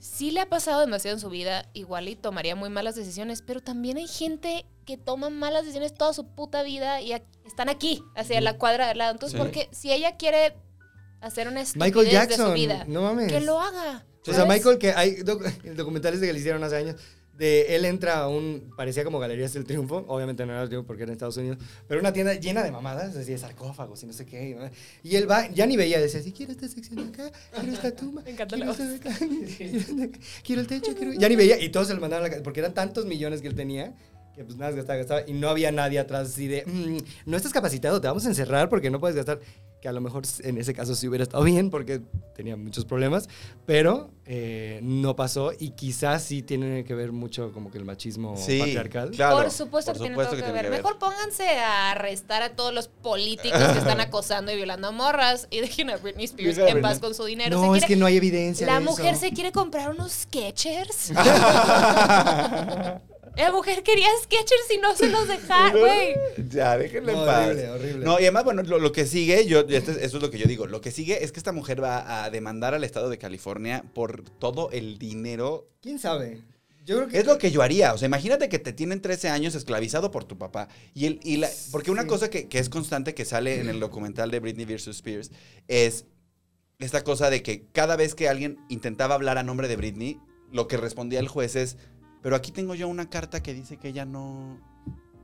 sí le ha pasado demasiado en su vida, igual y tomaría muy malas decisiones, pero también hay gente que toma malas decisiones toda su puta vida y a- están aquí, hacia la cuadra de al lado. Sí. Entonces, porque si ella quiere hacer una estupidez Michael de su Jackson. vida, No mames. que lo haga. O sea, ¿sabes? Michael, que hay doc- documentales de que le hicieron hace años, de él entra a un, parecía como Galerías del Triunfo, obviamente no era el triunfo porque era en Estados Unidos, pero una tienda llena de mamadas, así de sarcófagos y no sé qué. ¿no? Y él va, ya ni veía, decía, sí, quiero esta sección de acá, quiero esta tumba, Me encanta quiero, la esta de acá, quiero el techo, quiero... Ya ni veía, y todos se lo mandaban a la casa, porque eran tantos millones que él tenía. Que pues nada, gastaba, gastaba. Y no había nadie atrás así de, "Mm, no estás capacitado, te vamos a encerrar porque no puedes gastar. Que a lo mejor en ese caso sí hubiera estado bien porque tenía muchos problemas. Pero eh, no pasó y quizás sí tiene que ver mucho como que el machismo patriarcal. claro. por supuesto que tiene todo que, ver. Mejor pónganse a arrestar a todos los políticos que están acosando y violando a morras y dejen a Britney Spears Dejen a en paz Britney. con su dinero. No, Se es quiere- que no hay evidencia. La de mujer eso. se quiere comprar unos Skechers. La mujer quería Skechers y no se los dejaron, güey. Ya, déjenla No, en paz. horrible, horrible. No, y además, bueno, lo, lo que sigue, yo, yo- este- eso es lo que yo digo, lo que sigue es que esta mujer va a demandar al Estado de California por todo el dinero. ¿Quién sabe? Yo creo que. Es lo que yo haría, o sea, imagínate que te tienen 13 años esclavizado por tu papá. Y el, y la, porque una Sí. cosa que, que es constante que sale en el documental de Britney vs. Spears es esta cosa de que cada vez que alguien intentaba hablar a nombre de Britney, lo que respondía el juez es, pero aquí tengo yo una carta que dice que ella no,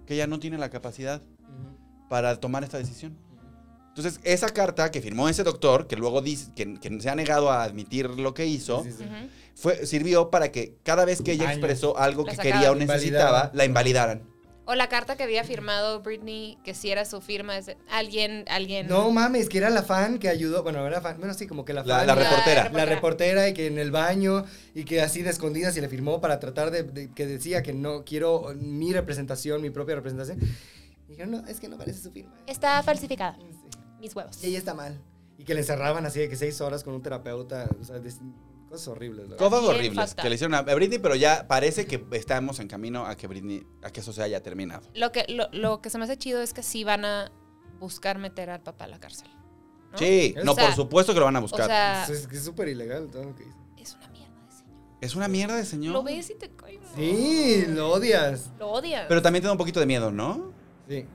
que ella no tiene la capacidad para tomar esta decisión. Entonces, esa carta que firmó ese doctor, que luego dice que, que se ha negado a admitir lo que hizo, Sí, sí, sí. Ujú. Fue, sirvió para que cada vez que ella Años. expresó algo La que sacaban. quería o necesitaba, Invalidaban. la invalidaran. O la carta que había firmado Britney, que si era su firma, es de- alguien, alguien. No mames, que era la fan que ayudó. Bueno, era fan. Bueno, sí, como que la La, fan. la La reportera. reportera. la reportera y que en el baño y que así de escondidas y le firmó para tratar de, de- que decía que no quiero mi representación, mi propia representación. Y dijeron, no, es que no parece su firma. Está falsificada. Mis huevos. Y ella está mal. Y que le encerraban así de que seis horas con un terapeuta. O sea, des- cosas horribles. la verdad. Cosas Bien horribles fucked que le hicieron a Britney, pero ya parece que estamos en camino a que Britney, a que eso se haya terminado. Lo que, lo, lo que se me hace chido es que sí van a buscar meter al papá a la cárcel. ¿no? Sí, O no, sea, por supuesto que lo van a O buscar. sea, Eso Es que es súper ilegal todo lo que hizo. es una mierda de señor. es una mierda de señor. Lo ves y te cae. mal. Sí, lo odias. Lo odias. Pero también te da un poquito de miedo, ¿no? Sí.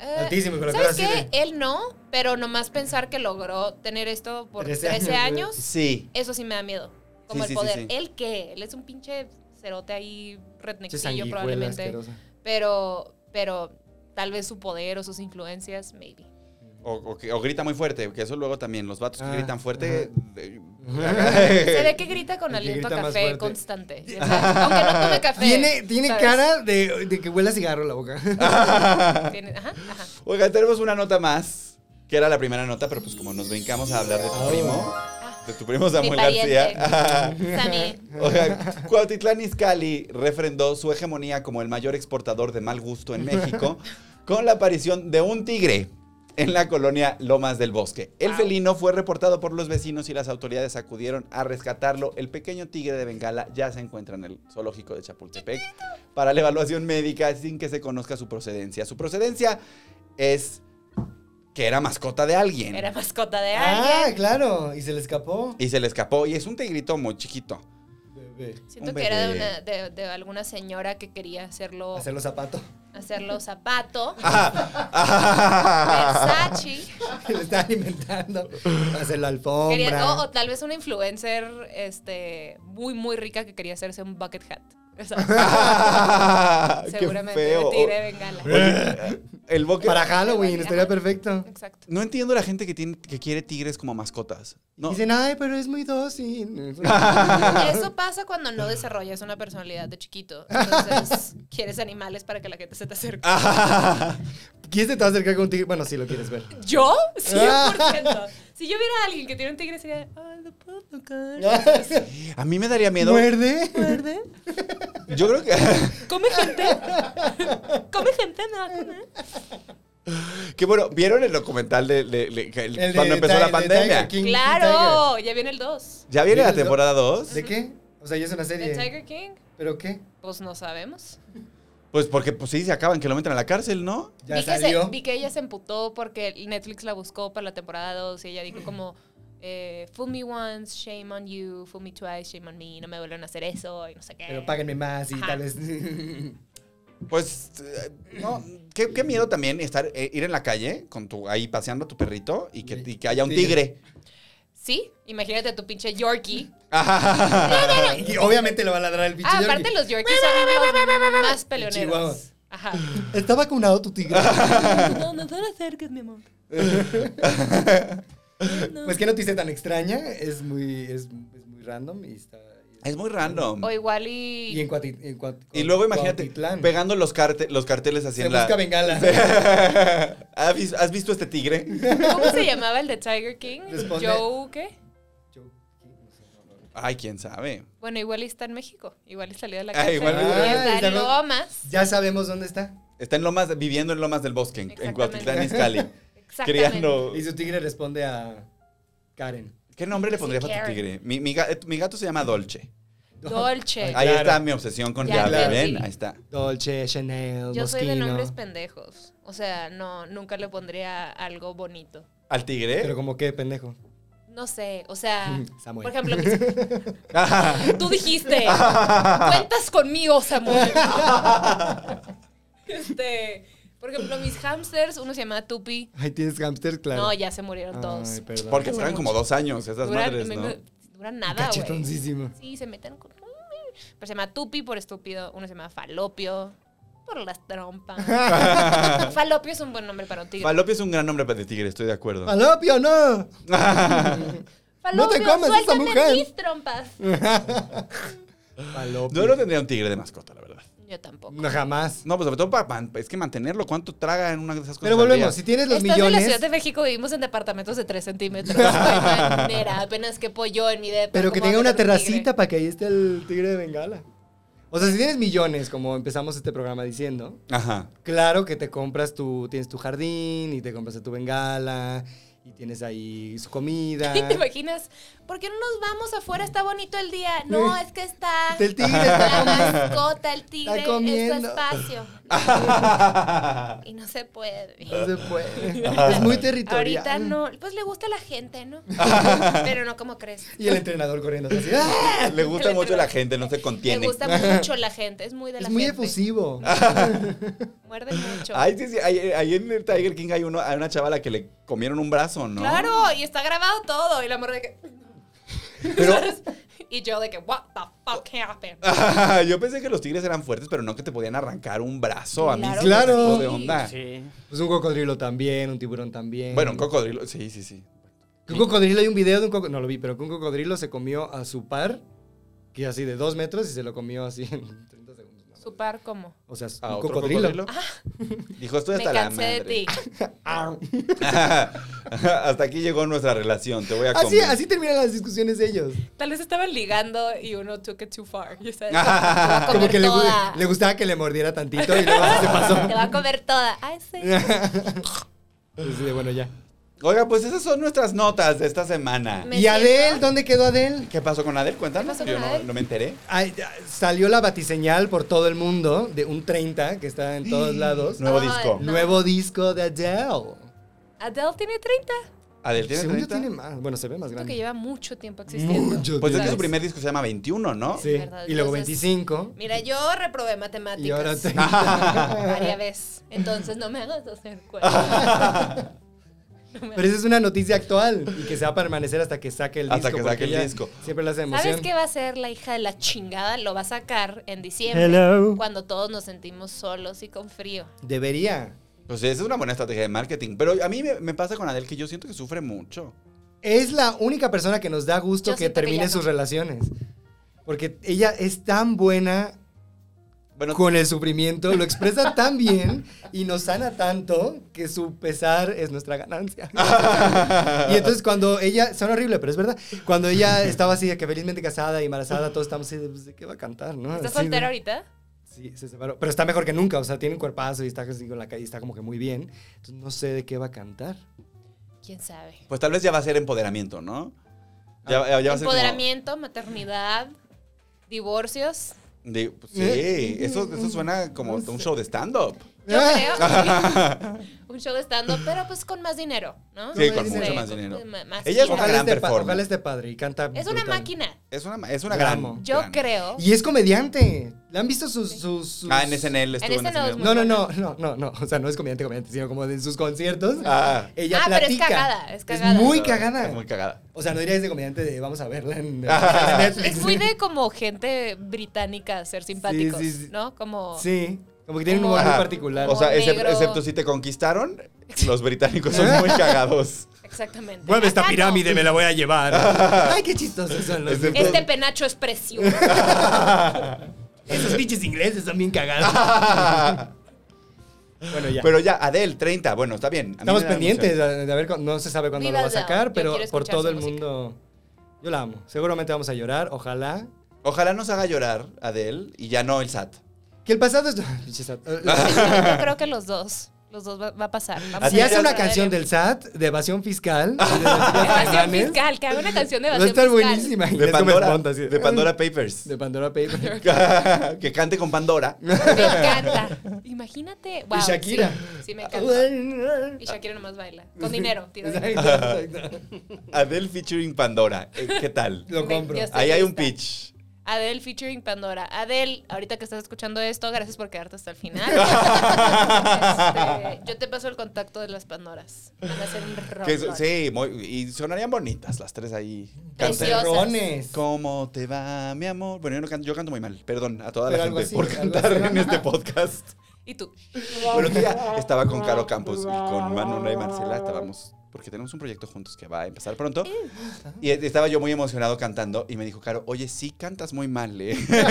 Eh, Altísimo, con la cara ¿Sabes así qué? de- Él no, pero nomás pensar que logró tener esto por 13, 13 años, años, Sí. eso sí me da miedo. Como Sí, sí, el poder. sí, sí. ¿Él qué? Él es un pinche cerote ahí, Che, redneckillo sanguijuela probablemente. asquerosa. Pero, pero tal vez su poder o sus influencias, maybe. O, o que- o grita muy fuerte, que eso luego también, los vatos Ah, que gritan fuerte. de- Se ve que grita con El que aliento a grita más café fuerte. constante. ya sabes, Aunque no tome café. Tiene, tiene ¿sabes? cara de, de que huele a cigarro la boca. Tiene- ajá, ajá. Oigan, tenemos una nota más, que era la primera nota, pero pues como nos brincamos a hablar de tu primo, de tu primo Mi Samuel pariente. García. Sammy. Oigan, Cuautitlán Izcalli refrendó su hegemonía como el mayor exportador de mal gusto en México con la aparición de un tigre en la colonia Lomas del Bosque. El felino fue reportado por los vecinos y las autoridades acudieron a rescatarlo. El pequeño tigre de Bengala ya se encuentra en el zoológico de Chapultepec para la evaluación médica sin que se conozca su procedencia. Su procedencia es que era mascota de alguien. Era mascota de Ah, alguien. claro. Y se le escapó. Y se le escapó. Y es un tigrito muy chiquito. Bebé. Siento un que era de, bebé. una- de- de alguna señora que quería hacerlo, Hacer los zapatos. hacerlo zapato. Ah, ah. Versace. le está alimentando. Hacer la Quería- oh, alfombra. o, o tal vez una influencer este, muy, muy rica que quería hacerse un bucket hat. O sea, Ah, qué Seguramente feo. de tigre de bengala. Oye, el oh, bosque. Para Halloween, estaría perfecto. Exacto. No entiendo la gente que, tiene, que quiere tigres como mascotas. No. Dicen, ay, pero es muy dócil. Eso pasa cuando no desarrollas una personalidad de chiquito. Entonces, quieres animales para que la gente se te acerque. Ah, ¿Quieres te te vas a acercar con un tigre? Bueno, sí, lo quieres ver. ¿Yo? 100%. Si yo viera a alguien que tiene un tigre, sería. "Ay, lo puedo tocar". a mí me daría miedo. ¿Muerde? Yo creo que, ¿Come gente? ¿Come gente? No. que bueno, ¿vieron el documental de, de- de- que el- El de cuando empezó Ti- la de pandemia? Tiger King, Tiger. Claro, ya viene el 2. ¿Ya viene la ¿Vieron el temporada 2? ¿De qué? O sea, ya es una ¿De serie. Tiger King? ¿Pero qué? Pues no sabemos. Pues porque pues, sí, se acaban que lo meten a la cárcel, ¿no? Ya vi, que se- salió. vi que ella se emputó porque Netflix la buscó para la temporada 2 y ella dijo como, eh, fool me once, shame on you, fool me twice, shame on me, no me vuelvan a hacer eso y no sé qué. Pero páguenme más y Eh, Ajá. tal vez. Pues, eh, no, qué, qué miedo también estar, eh, ir en la calle con tu, ahí paseando a tu perrito y que, y que haya un tigre. Sí, imagínate tu pinche Yorkie. y obviamente lo va a ladrar el bicho. Ah, Yorkie. aparte los Yorkies son los más Chihuahua. peleoneros. Ajá. Está vacunado tu tigre. No, no te acerques, mi amor. Pues qué noticia tan extraña. Es muy, es, es muy random y está. es muy random. O igual Y en y... Cuati, en Cuat- Y luego imagínate Cuautitlán. pegando los, carte- los carteles así Se en la... busca bengala. ¿Has vis- has visto este tigre? ¿Cómo se llamaba el de Tiger King? Responde- Joe, ¿qué? Ay, quién sabe. Bueno, igual y está en México. Igual y salió de la Ah, cárcel. igual y- Y Ah, y está en salió- Lomas. Ya sabemos dónde está. Está en Lomas, viviendo en Lomas del Bosque, en- en Exactamente. Cuautitlán, Izcalli. Exactamente. Criando. Y su tigre responde a Karen. ¿Qué nombre le Sí, pondrías a tu Karen. tigre? Mi, mi ga- eh, mi gato se llama Dolce. Dolce. Ahí Claro. está mi obsesión con Ya, Diablo, claro. ¿ven? Sí. Ahí está. Dolce, Chanel, Yo soy de Moschino. nombres pendejos. O sea, no, nunca le pondría algo bonito. ¿Al tigre? Pero como qué, pendejo. No sé, o sea, Samuel. por ejemplo, mis- tú dijiste, cuentas conmigo, Samuel. este, por ejemplo, mis hamsters, uno se llama Tupi. Ahí tienes hamster, claro. No, ya se murieron todos. Ay, perdón. Porque duran como dos años esas Duran, madres, me- ¿no? me- duran nada, güey. Cachetoncísimo. Sí, se meten con... Pero se llama Tupi por estúpido, uno se llama Falopio por las trompas. falopio es un buen nombre para un tigre. Falopio es un gran nombre para el tigre, estoy de acuerdo. ¡Falopio, no! No te Falopio, comas esa suéltame mujer. mis trompas. Falopio. Yo no tendría un tigre de mascota, la verdad. Yo tampoco. No, jamás. No, pues sobre todo para man- es que mantenerlo, ¿cuánto traga en una de esas cosas? Pero al volvemos, si día? tienes los Estás en la Ciudad millones, de México, vivimos en departamentos de 3 centímetros. No hay manera, apenas que pollo en mi depa. pero que ¿cómo tenga va a una meter un terracita tigre? para que ahí esté el tigre de Bengala. O sea, si tienes millones, como empezamos este programa diciendo, Ajá. claro que te compras tu, tienes tu jardín y te compras tu Bengala y tienes ahí su comida. ¿Te imaginas? ¿Por qué no nos vamos afuera? Está bonito el día. No, es que está El tigre la está mascota, el tigre, Está es comiendo. su espacio. Y no se puede. No se puede. Es muy territorial. Ahorita no. Pues le gusta a la gente, ¿no? Pero no como crees. Y el entrenador corriendo así. ¡ah! Le gusta mucho la gente, no se contiene. Le gusta mucho la gente, es muy de la Es muy gente. efusivo. Muerde mucho. Ay, sí, sí, ahí, ahí en el Tiger King hay, uno, hay una chavala que le comieron un brazo, ¿no? Claro, y está grabado todo. Y la morra de que. Pero- ¿sabes? y yo de que, what the fuck happened? Yo pensé que los tigres eran fuertes, pero no que te podían arrancar un brazo. A mí Claro sí me que sacó sí. de onda. Pues un cocodrilo también, un tiburón también. Bueno, un cocodrilo, sí, sí, sí. Que Un cocodrilo, hay un video de un cocodrilo, no lo vi, pero que un cocodrilo se comió a su par, que así de dos metros, y se lo comió así en 30 segundos. ¿no? Supar cómo. O sea, ¿A un Ah, otro cocodrilo. cocodrilo? Dijo, estoy Ah. Me hasta la cansé de madre. ti. hasta aquí llegó nuestra relación, te voy a Así, comer. así terminan las discusiones de ellos. Tal vez estaban ligando y uno took it too far. ya sabes, Como Como Te voy a que comer le, gu- toda. le gustaba que le mordiera tantito y luego se pasó. Te va a comer toda. Ay, sí. Así de, bueno, ya. Oiga, pues esas son nuestras notas de esta semana. Me ¿Y siento- Adel? ¿Dónde quedó Adel? ¿Qué pasó con Adel? Cuéntanos. ¿Qué pasó Yo con no, Adel? no me enteré. Ay, ya, salió la batiseñal por todo el mundo de un 30 que está en todos lados. Nuevo Ay, disco. no. Nuevo disco de Adele. Adele tiene 30. Adel tiene Según yo 30? tiene más. Bueno, se ve más Creo que grande. lleva mucho tiempo existiendo. Mucho Pues es que tiempo. su primer disco se llama 21, ¿no? Sí. ¿verdad? Y luego Entonces- 25. Mira, yo reprobé matemáticas. Y ahora 30. Varias veces. Entonces no me hagas hacer cuentas. No me Pero esa es una noticia actual y que se va a permanecer hasta que saque el disco. Hasta que porque saque el ella disco. Siempre la hace de emoción. ¿Sabes qué va a ser la hija de la chingada? Lo va a sacar en diciembre. Hello. Cuando todos nos sentimos solos y con frío. Debería. Pues esa es una buena estrategia de marketing. Pero a mí me, me pasa con Adel que yo siento que sufre mucho. Es la única persona que nos da gusto Yo que siento que termine ya no. sus relaciones. Porque ella es tan buena Bueno, con el sufrimiento, lo expresa tan bien y nos sana tanto que su pesar es nuestra ganancia. Y entonces cuando ella, suena horrible, pero es verdad, cuando ella estaba así de que felizmente casada y embarazada, todos estamos así de, pues, ¿de qué va a cantar, no? ¿Estás Así de- soltera ahorita? Sí, se separó. Pero está mejor que nunca, o sea, tiene un cuerpazo y está así con la calle, está como que muy bien. Entonces no sé de qué va a cantar. ¿Quién sabe? pues tal vez ya va a ser empoderamiento, ¿no? Ya, ya- ya va a ser como- Ah, Empoderamiento, maternidad, divorcios. de- pues, sí, Eh, eso, mm, eso suena como un show de stand-up. Yo Ah. creo. Un show de stand-up, pero pues con más dinero, ¿no? Sí, con mucho más dinero. Ella es dinero. una gran esté pa- performance. ojalá esté padre y canta. Es una brutal. máquina. Es una, es una Lo gran, amo. Yo gran- creo. Y es comediante. ¿La han visto sus... sus, sus- Ah, en SNL estuvo en, En SNL SNL. es muy No, no, no, no, no, no. O sea, no es comediante, comediante, sino como de sus conciertos. Ah. Ella Ah, pero es platica. cagada, es cagada. muy cagada. Es muy cagada. O sea, no dirías de comediante de vamos a verla en, Ah. en Netflix. Es muy de como gente británica ser simpáticos, sí, sí. ¿no? Como Sí, como que tiene un Como- humor muy Ajá. particular. O sea, Humor excep- negro. excepto si te conquistaron, los británicos son muy cagados. exactamente. Mueve esta Acá Ah, no. pirámide, me la voy a llevar. Ay, qué chistosos son los Excepto- Este penacho es precioso. Esos pinches ingleses son bien cagados. bueno, ya. Pero ya, Adel, 30. Bueno, está bien. A mí Estamos me da pendientes emoción. de, de ver, cu- no se sabe cuándo Viva lo va a Adele. sacar, Yo pero quiero por escuchar todo su el música. mundo. Yo la amo. Seguramente vamos a llorar, ojalá. Ojalá nos haga llorar Adel y ya no el SAT. Que el pasado es. Pinche sad. Yo creo que los dos. Los dos va, va a pasar. Vamos Así Si a hace ver, una a ver. canción del SAT, de evasión fiscal, de Evasión Fernández, fiscal, que haga una canción de va a evasión estar fiscal. buenísima. Y De Leslie me Pandora, responde así de Pandora Papers. De Pandora Paper. que cante con Pandora. Me encanta. Imagínate. Wow, y Shakira. Sí, sí, me encanta. Y Shakira nomás baila. Con dinero. tira dinero. Exacto, exacto. Adel featuring Pandora. Eh, ¿Qué tal? Lo Me- compro. yo estoy Ahí hay un lista. pitch. Adele featuring Pandora. Adele, ahorita que estás escuchando esto, gracias por quedarte hasta el final. Este, yo te paso el contacto de las Pandoras. Van a ser un Que eso- rolón. sí, muy- y sonarían bonitas las tres ahí. Preciosas. Cantan. Preciones. ¿Cómo te va, mi amor? Bueno, yo, no canto, yo canto muy mal. Perdón a toda Pero la algo gente así, por algo cantar así. en este podcast. Y tú. Bueno, otro día estaba con Caro Campos y con Manuela y Marcela, estábamos, porque tenemos un proyecto juntos que va a empezar pronto. Y e, estaba yo muy emocionado cantando y me dijo, Caro, oye, sí cantas muy mal, ¿eh?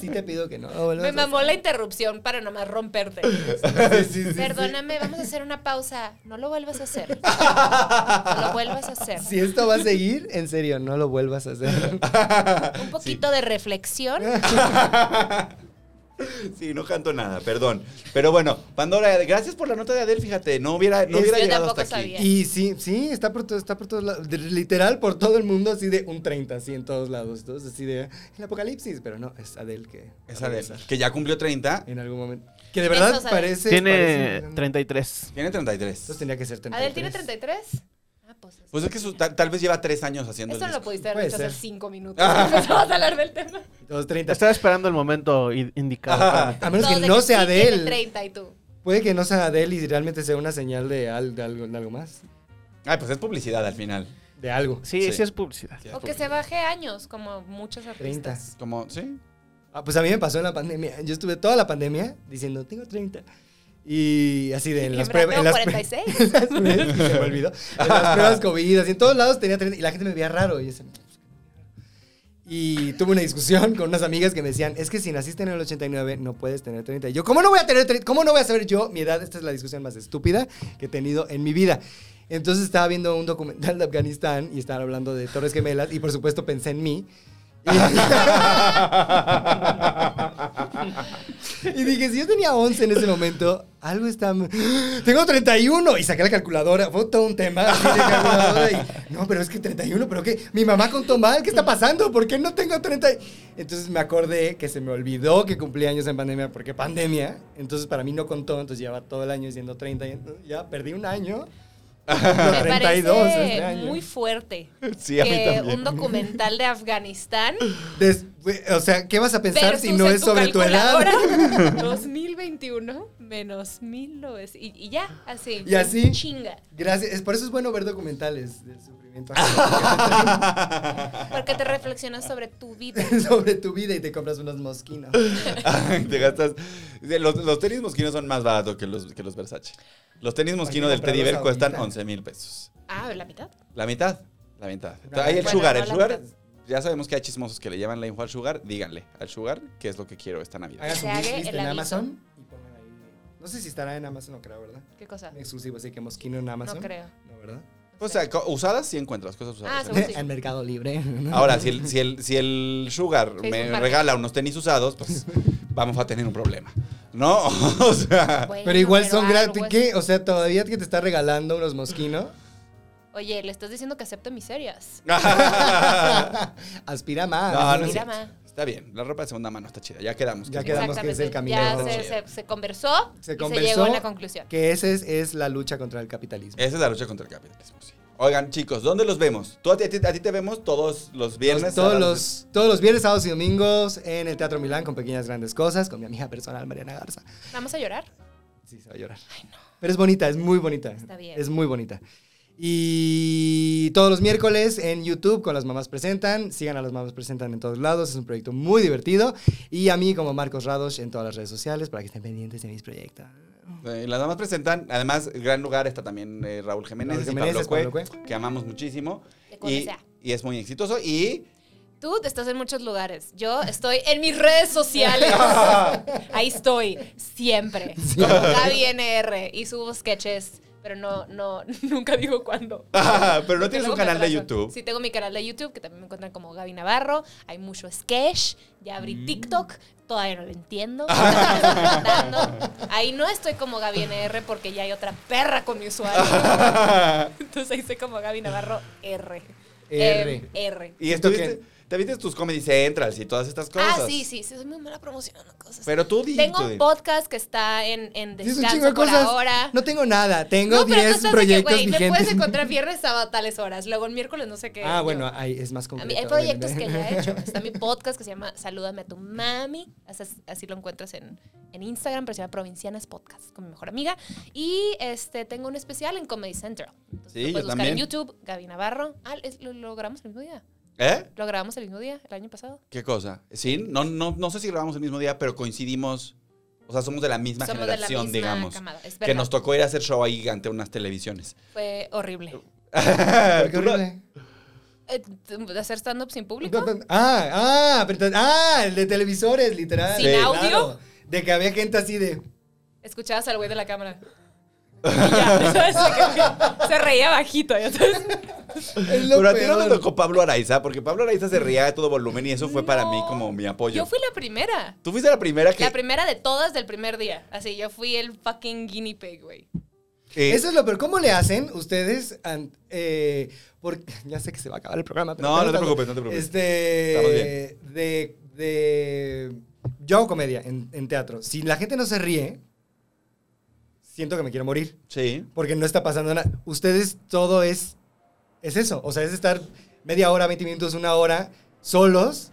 Sí te pido que no. Me mamó la interrupción para nomás romperte. Sí, sí, sí. Perdóname, vamos a hacer una pausa. No lo vuelvas a hacer. No lo vuelvas a hacer. Si esto va a seguir, en serio, no lo vuelvas a hacer. Un poquito de reflexión. Ah, Sí, no canto nada, perdón. Pero bueno, Pandora, gracias por la nota de Adel, fíjate, no hubiera, no hubiera Yo llegado tampoco hasta aquí. sabía. Y sí, sí, está por todo, está por todos lados. De- Literal, por todo el mundo, así de un 30, así en todos lados. Entonces, así de el apocalipsis, pero no, es Adel que. Es va a Adel, regresar que ya cumplió 30, En algún momento. Que de verdad Besos, Adel. parece. Tiene parece un- 33. tiene 33. Entonces tenía que ser 33. Adele tiene 33. Ah, pues. Pues es que su- tal, tal vez lleva tres años haciendo el Eso lo disco. pudiste haber Puede hecho hace ser. Ah. cinco minutos. Empezamos a hablar del tema. Los 30. Estaba esperando el momento i- indicado. para mí. A menos Todos que de no sea sí, tiene Adel. 30 y tú. Puede que no sea Adel y realmente sea una señal de, al- de algo, de algo más. Ay, pues es publicidad al final. De algo. Sí, Sí. sí, es publicidad. Sí, es O que publicidad. se baje años, como muchos artistas. Como, sí. Ah, pues a mí me pasó en la pandemia. Yo estuve toda la pandemia diciendo, tengo 30. Y así de en las Siempre pruebas. En las tengo prue- 46. se me olvidó. En las pruebas COVID, así en todos lados tenía 30. Y la gente me veía raro. Y, yo decía, Y tuve una discusión con unas amigas que me decían, es que si naciste en el 89 no puedes tener 30. Y yo, ¿cómo no voy a tener 30? ¿Cómo no voy a saber yo mi edad? Esta es la discusión más estúpida que he tenido en mi vida. Entonces estaba viendo un documental de Afganistán y estaban hablando de Torres Gemelas y por supuesto pensé en mí. Y, y dije, si yo tenía 11 en ese momento, algo está... m- Tengo 31 y saqué la calculadora, fue todo un tema. así de calculadora y, no, pero es que 31, pero qué, mi mamá contó mal, ¿qué está pasando? ¿Por qué no tengo 30? Entonces me acordé que se me olvidó que cumplí años en pandemia, porque pandemia, entonces para mí no contó, entonces lleva todo el año diciendo 30, y entonces ya perdí un año. Me 32 parece este año. muy fuerte Sí, a mí que también. un documental de Afganistán Des- o sea, ¿qué vas a pensar versus si no en es sobre tu edad? calculadora, 2021 menos 1900 y, y ya así Y así. chinga Gracias, es- por eso es bueno ver documentales del sufrimiento porque te reflexionas sobre tu vida sobre tu vida y te compras unos mosquinos. Ay, Te gastas. de Los, los tenis mosquinos son más baratos que los, que los Versace. Los tenis mosquinos del Teddy Bear comprarlos cuestan ahorita. 11 mil pesos. ah la mitad La mitad. La mitad. Bueno, Hay el bueno, sugar. no el la sugar. mitad. Ya sabemos que hay chismosos que le llaman la info al sugar. Díganle al sugar qué es lo que quiero esta Navidad. Hagas se un haga wishlist el en aviso. Amazon y pongan ahí. eh, No sé si estará en Amazon, no creo, ¿verdad? qué cosa Exclusivo, así que mosquino en Amazon. no creo No, ¿verdad? O sea, co- usadas sí encuentras cosas Ah, usadas. seguro. Sí. Ah, En Mercado Libre. ¿no? Ahora, si el, si el, si el sugar Facebook me Market. regala unos tenis usados, pues vamos a tener un problema. ¿No? O sea. Ah, Bueno, Pero igual son algo gratis. así. ¿Qué? O sea, todavía que te está regalando unos mosquinos. oye le estás diciendo que acepte miserias Aspira más. No, no es Mira, cierto. ma. Está bien, la ropa de segunda mano está chida. Ya quedamos. Ya que- quedamos. que es el camino. ya se, se- se conversó Se y se llegó conversó. a la conclusión Que esa es, es la lucha contra el capitalismo. Esa es la lucha contra el capitalismo, sí. Oigan, chicos, ¿dónde los vemos? Tú, a, ti, a ti- a ti te vemos todos los viernes. todos, a las- los, todos los viernes, sábados y domingos en el Teatro Milán con pequeñas grandes cosas con mi amiga personal Mariana Garza. vamos a llorar Sí, se va a llorar. Pero es bonita, es muy bonita. Está bien. Es muy bonita. Y todos los miércoles en YouTube con Las Mamás Presentan. Sigan a Las Mamás Presentan en todos lados. Es un proyecto muy divertido. Y a mí como Marcos Rados en todas las redes sociales para que estén pendientes de mis proyectos. Eh, las damas presentan. Además, gran lugar está también eh, Raúl Jiménez, Raúl y Jiménez, Pablo Pablo Cue, que amamos muchísimo. De Y, Condesa. y es muy exitoso. Y Tú estás en muchos lugares. Yo estoy en mis redes sociales. Ahí estoy, siempre. Gaby NR y subo sketches, pero no, no, nunca digo cuándo. Ah, pero no Porque tienes luego un me canal de atrasan. YouTube. Sí, tengo mi canal de YouTube, que también me encuentran como Gaby Navarro. Hay mucho sketch. Ya abrí Mm. TikTok. Todavía no lo entiendo. Tratando. ahí no estoy como Gaby NR porque ya hay otra perra con mi usuario. Entonces ahí estoy como Gaby Navarro R. R. Em, R. y ¿Esto estuviste, te viste tus Comedy Centrals y todas estas cosas. Ah, sí, sí, sí, soy muy mala promocionando cosas. Pero tú di- tengo tú di- un podcast que está en, en Sí, es un descanso chingo de por cosas. ahora. No tengo nada. Tengo No, pero tú 10 estás de que, proyectos güey, Me vigentes. puedes encontrar viernes, sábado, tales horas. Luego el miércoles no sé qué. ah, Yo- bueno, ah, ahí es más A complicado. mí hay proyectos que ya he hecho. Está mi podcast que se llama Salúdame a tu mami. Así, así lo encuentras en, en Instagram, pero se llama Provincianas Podcast con mi mejor amiga. Y este tengo un especial en Comedy Central. Entonces, Sí, lo yo puedes buscar también. en YouTube, Gaby Navarro. Ah, es- lo, lo grabamos el mismo día. ¿Eh? Lo grabamos el mismo día, el año pasado. ¿Qué cosa? Sí, no, no, no sé si grabamos el mismo día, pero coincidimos. O sea, somos de la misma Somos de la generación, misma digamos. camada, es que verdad. nos tocó ir a hacer show ahí ante unas televisiones. Fue horrible. Pero Ah, qué Tú no- horrible. Eh, ¿De hacer stand-up sin público? Ah, ah, pero- ah, el de televisores, literal. ¿Sin Claro. audio? De que había gente así de. Escuchabas al güey de la cámara. Y ya, ¿sabes? De que Se reía bajito. ya sabes. "Es lo Pero a ti no te peor". tocó Pablo Araiza, porque Pablo Araiza se reía de todo volumen y eso fue para mí como mi apoyo. Yo fui la primera. Tú fuiste la primera que... La primera de todas del primer día. Así, yo fui el fucking guinea pig, güey. eh, Eso es lo peor. ¿Cómo le hacen ustedes? an- eh, por- ya sé que se va a acabar el programa. pero No, cada no te tanto- preocupes, no te preocupes. Estamos Este. De, de. Yo hago comedia en, en teatro. Si la gente no se ríe, siento que me quiero morir. Sí. Porque no está pasando nada. Ustedes todo es. Es eso. O sea, es estar media hora, 20 minutos, una hora solos.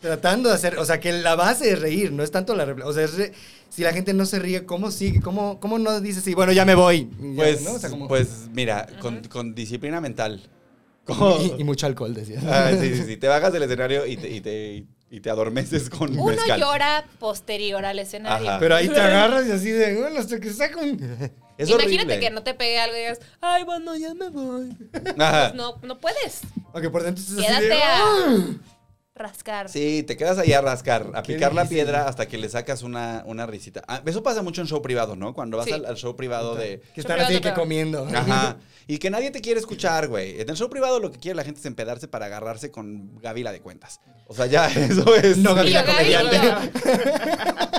Tratando de hacer. O sea, que la base es reír. No es tanto la. repl- O sea, es re- si la gente no se ríe, ¿cómo sigue? ¿Cómo, cómo no dices, sí, bueno, ya me voy? Y ya, Pues, ¿no? O sea, como- pues mira, con, con disciplina mental. y, y mucho alcohol, decías. Ah, sí, sí, sí. Te bajas del escenario y te, y te, y te adormeces con Uno mezcal. llora posterior al escenario. Ajá. Pero ahí te agarras y así de. Bueno, hasta que saca un. Es Imagínate horrible. que no te pegue algo y digas, ay, bueno, ya me voy. Ajá. No, no puedes. Aunque por dentro estás así de, Quédate a, "Ah". rascar. Sí, te quedas ahí a rascar, a Qué picar la difícil. piedra hasta que le sacas una, una risita. Ah, eso pasa mucho en show privado, ¿no? Cuando vas Sí. al, al show privado de... Que están así que comiendo. Ajá. Y que nadie te quiere escuchar, güey. En el show privado lo que quiere la gente es empedarse para agarrarse con Gavila de cuentas. O sea, ya eso es... No, Gaby, Y yo, la Gaby, comediante. y yo.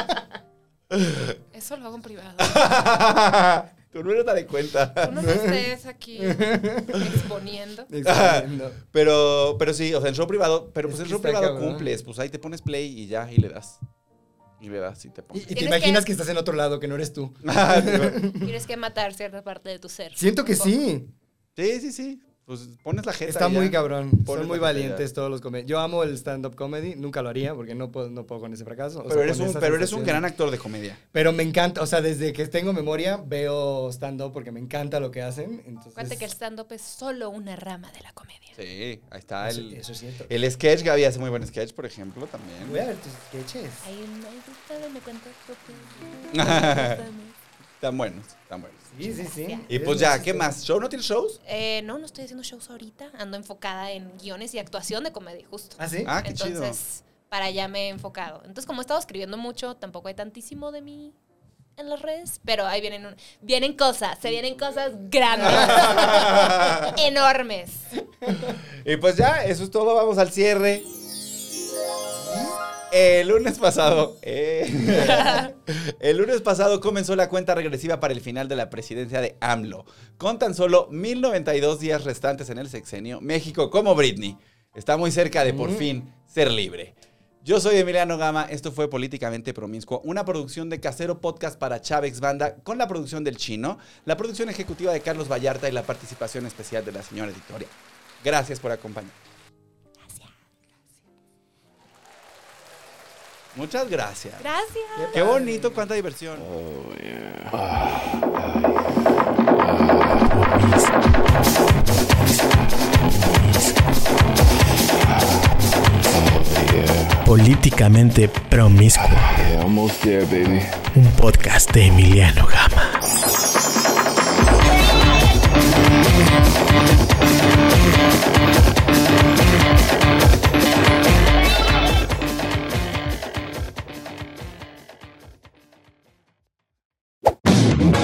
Eso lo hago en privado. Tú no eres la de cuenta. Tú no me estés aquí exponiendo. Exponiendo. Pero, pero sí, o sea, en show privado, pero Es pues en que show está privado cabrón. cumples, pues ahí te pones play y ya, y le das. Y le das y te Y, y pones. te Tienes imaginas que- que estás en otro lado, que no eres tú. Ah, Tienes que matar cierta parte de tu ser. Siento que sí. sí, sí, sí. Pues pones la jeta. Está y ya. muy cabrón. Pones Son muy la jeta y valientes todos los comediantes. Yo amo el stand-up comedy. Nunca lo haría porque no puedo, no puedo con ese fracaso. o Pero, sea, eres, con un, esa pero eres un sensación. gran actor de comedia. Pero me encanta. O sea, desde que tengo memoria veo stand-up porque me encanta lo que hacen. Entonces, Acuérdate que el stand-up es solo una rama de la comedia. Sí, ahí está eso, el, eso es cierto. el sketch. Gaby hace muy buen sketch, por ejemplo, también. Voy a ver tus sketches. Ahí no hay gusto de me cuentas tú que- Tan buenos, tan buenos. Sí, sí, sí. Y pues ya, ¿qué más? ¿Show? ¿No tienes shows? Eh, no, no estoy haciendo shows ahorita. Ando enfocada en guiones y actuación de comedia, justo. ¿Ah, sí? Ah, qué Entonces, para allá me he enfocado. Entonces, como he estado escribiendo mucho, tampoco hay tantísimo de mí en las redes, pero ahí vienen, un- vienen cosas, se vienen cosas grandes, enormes. chido. Y pues ya, eso es todo. Vamos al cierre. El lunes pasado, eh, el lunes pasado comenzó la cuenta regresiva para el final de la presidencia de AMLO. Con tan solo 1092 días restantes en el sexenio, México, como Britney, está muy cerca de por fin ser libre. Yo soy Emiliano Gama, esto fue Políticamente Promiscuo, una producción de Casero Podcast para Chávez Banda, con la producción del Chino, la producción ejecutiva de Carlos Vallarta y la participación especial de la señora Victoria. Gracias por acompañarnos. Muchas gracias. Gracias. Qué bonito, cuánta diversión. Políticamente promiscuo. Un podcast de Emiliano Gama.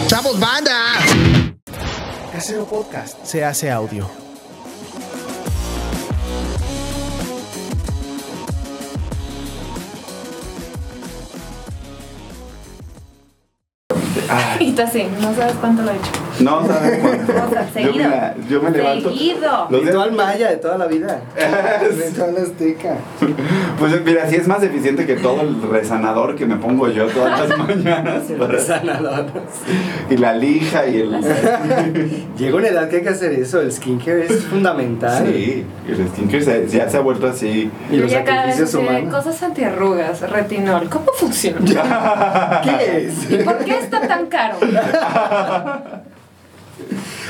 ¡Chavos, banda! Casero Podcast se hace audio. Y tú así, no sabes cuánto lo he hecho. No sabes cuánto. O sea, Yo, seguido. mira, yo me levanto. Seguido. Los dedos- maya de toda la vida. Ritual azteca. pues mira, sí es más eficiente que todo el resanador que me pongo yo todas las mañanas. para- y la lija y el. Llega una edad que hay que hacer eso. El skincare es fundamental. Sí, el skincare se- ya se ha vuelto así. Y los ya cada vez sacrificios así de humanos. cosas antiarrugas, retinol. ¿Cómo funciona? ¿Qué es? ¿Y por qué está tan caro?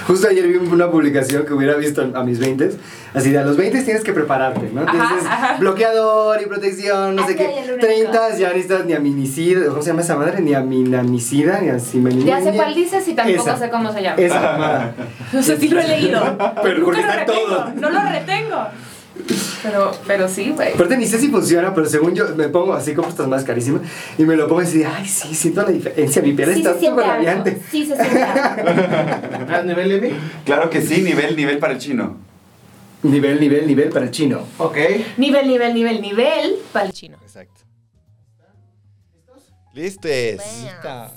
Justo ayer vi una publicación que hubiera visto a mis 20 Así de a los 20 tienes que prepararte, ¿no? Ajá, Entonces, ajá. bloqueador y protección, no sé Ay, ay, el qué. único. 30 ya necesitas ni aminicida, ¿cómo se llama esa madre? Ni aminamicida, ni así Ya sé cuál dices y tampoco Esa. sé cómo se llama. Esa mamada. No sé si lo he leído. Pero Nunca lo está retengo. todo. No lo retengo. Pero, pero sí, güey. Aparte, ni sé si funciona, pero según yo me pongo así como estas más carísimas y me lo pongo así de, ay, sí, siento la diferencia. Mi piel Sí está se súper siente algo. radiante. Sí se siente algo. ¿A nivel Levi? Claro que sí, nivel, nivel para el chino. Nivel, nivel, nivel para el chino. Ok. Nivel, nivel, nivel, nivel. Pal chino. Exacto. Listes. Está.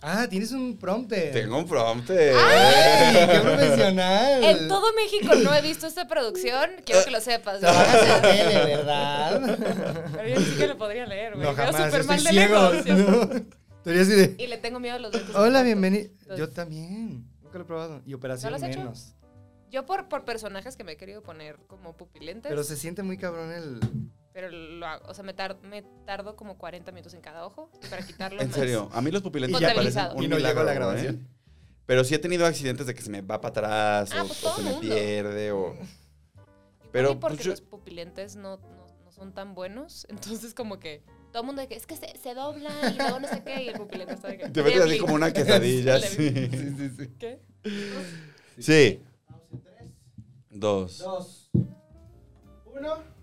Ah, tienes un prompter. Tengo un prompter. ¡Ay, ¡Qué profesional! En todo México no he visto esta producción, quiero que lo sepas. Trabajas en tele, ¿verdad? Pero yo sí que lo podría leer, güey. No, Veo jamás. súper Estoy mal de ciego. lejos. Estaría así de... Y le tengo miedo a los lentes. de Hola, contacto. bienvenido. Yo Entonces, también. Nunca lo he probado. Y operación ¿No lo has hecho? menos. Yo por, por personajes que me he querido poner como pupilentes, Pero pero, se siente muy cabrón el... lo hago. O sea, me, tar- me tardo como 40 minutos en cada ojo y para quitarlo pues. En más. serio, a mí los pupilentes Y ya. me parecen un Y no milagro, llegó a la ¿eh? grabación. Pero sí he tenido accidentes de que se me va para atrás Ah, o, pues o todo se me mundo. pierde o... Pero, Pero porque pues, yo- los pupilentes no, no- no son tan buenos, entonces como que todo el mundo de que es que se, se dobla y luego no sé qué y el pupilente está de que... Te metes así "Debbie". como una quesadilla. Debbie. sí. ¿Qué? Sí. Dos. Dos. Uno.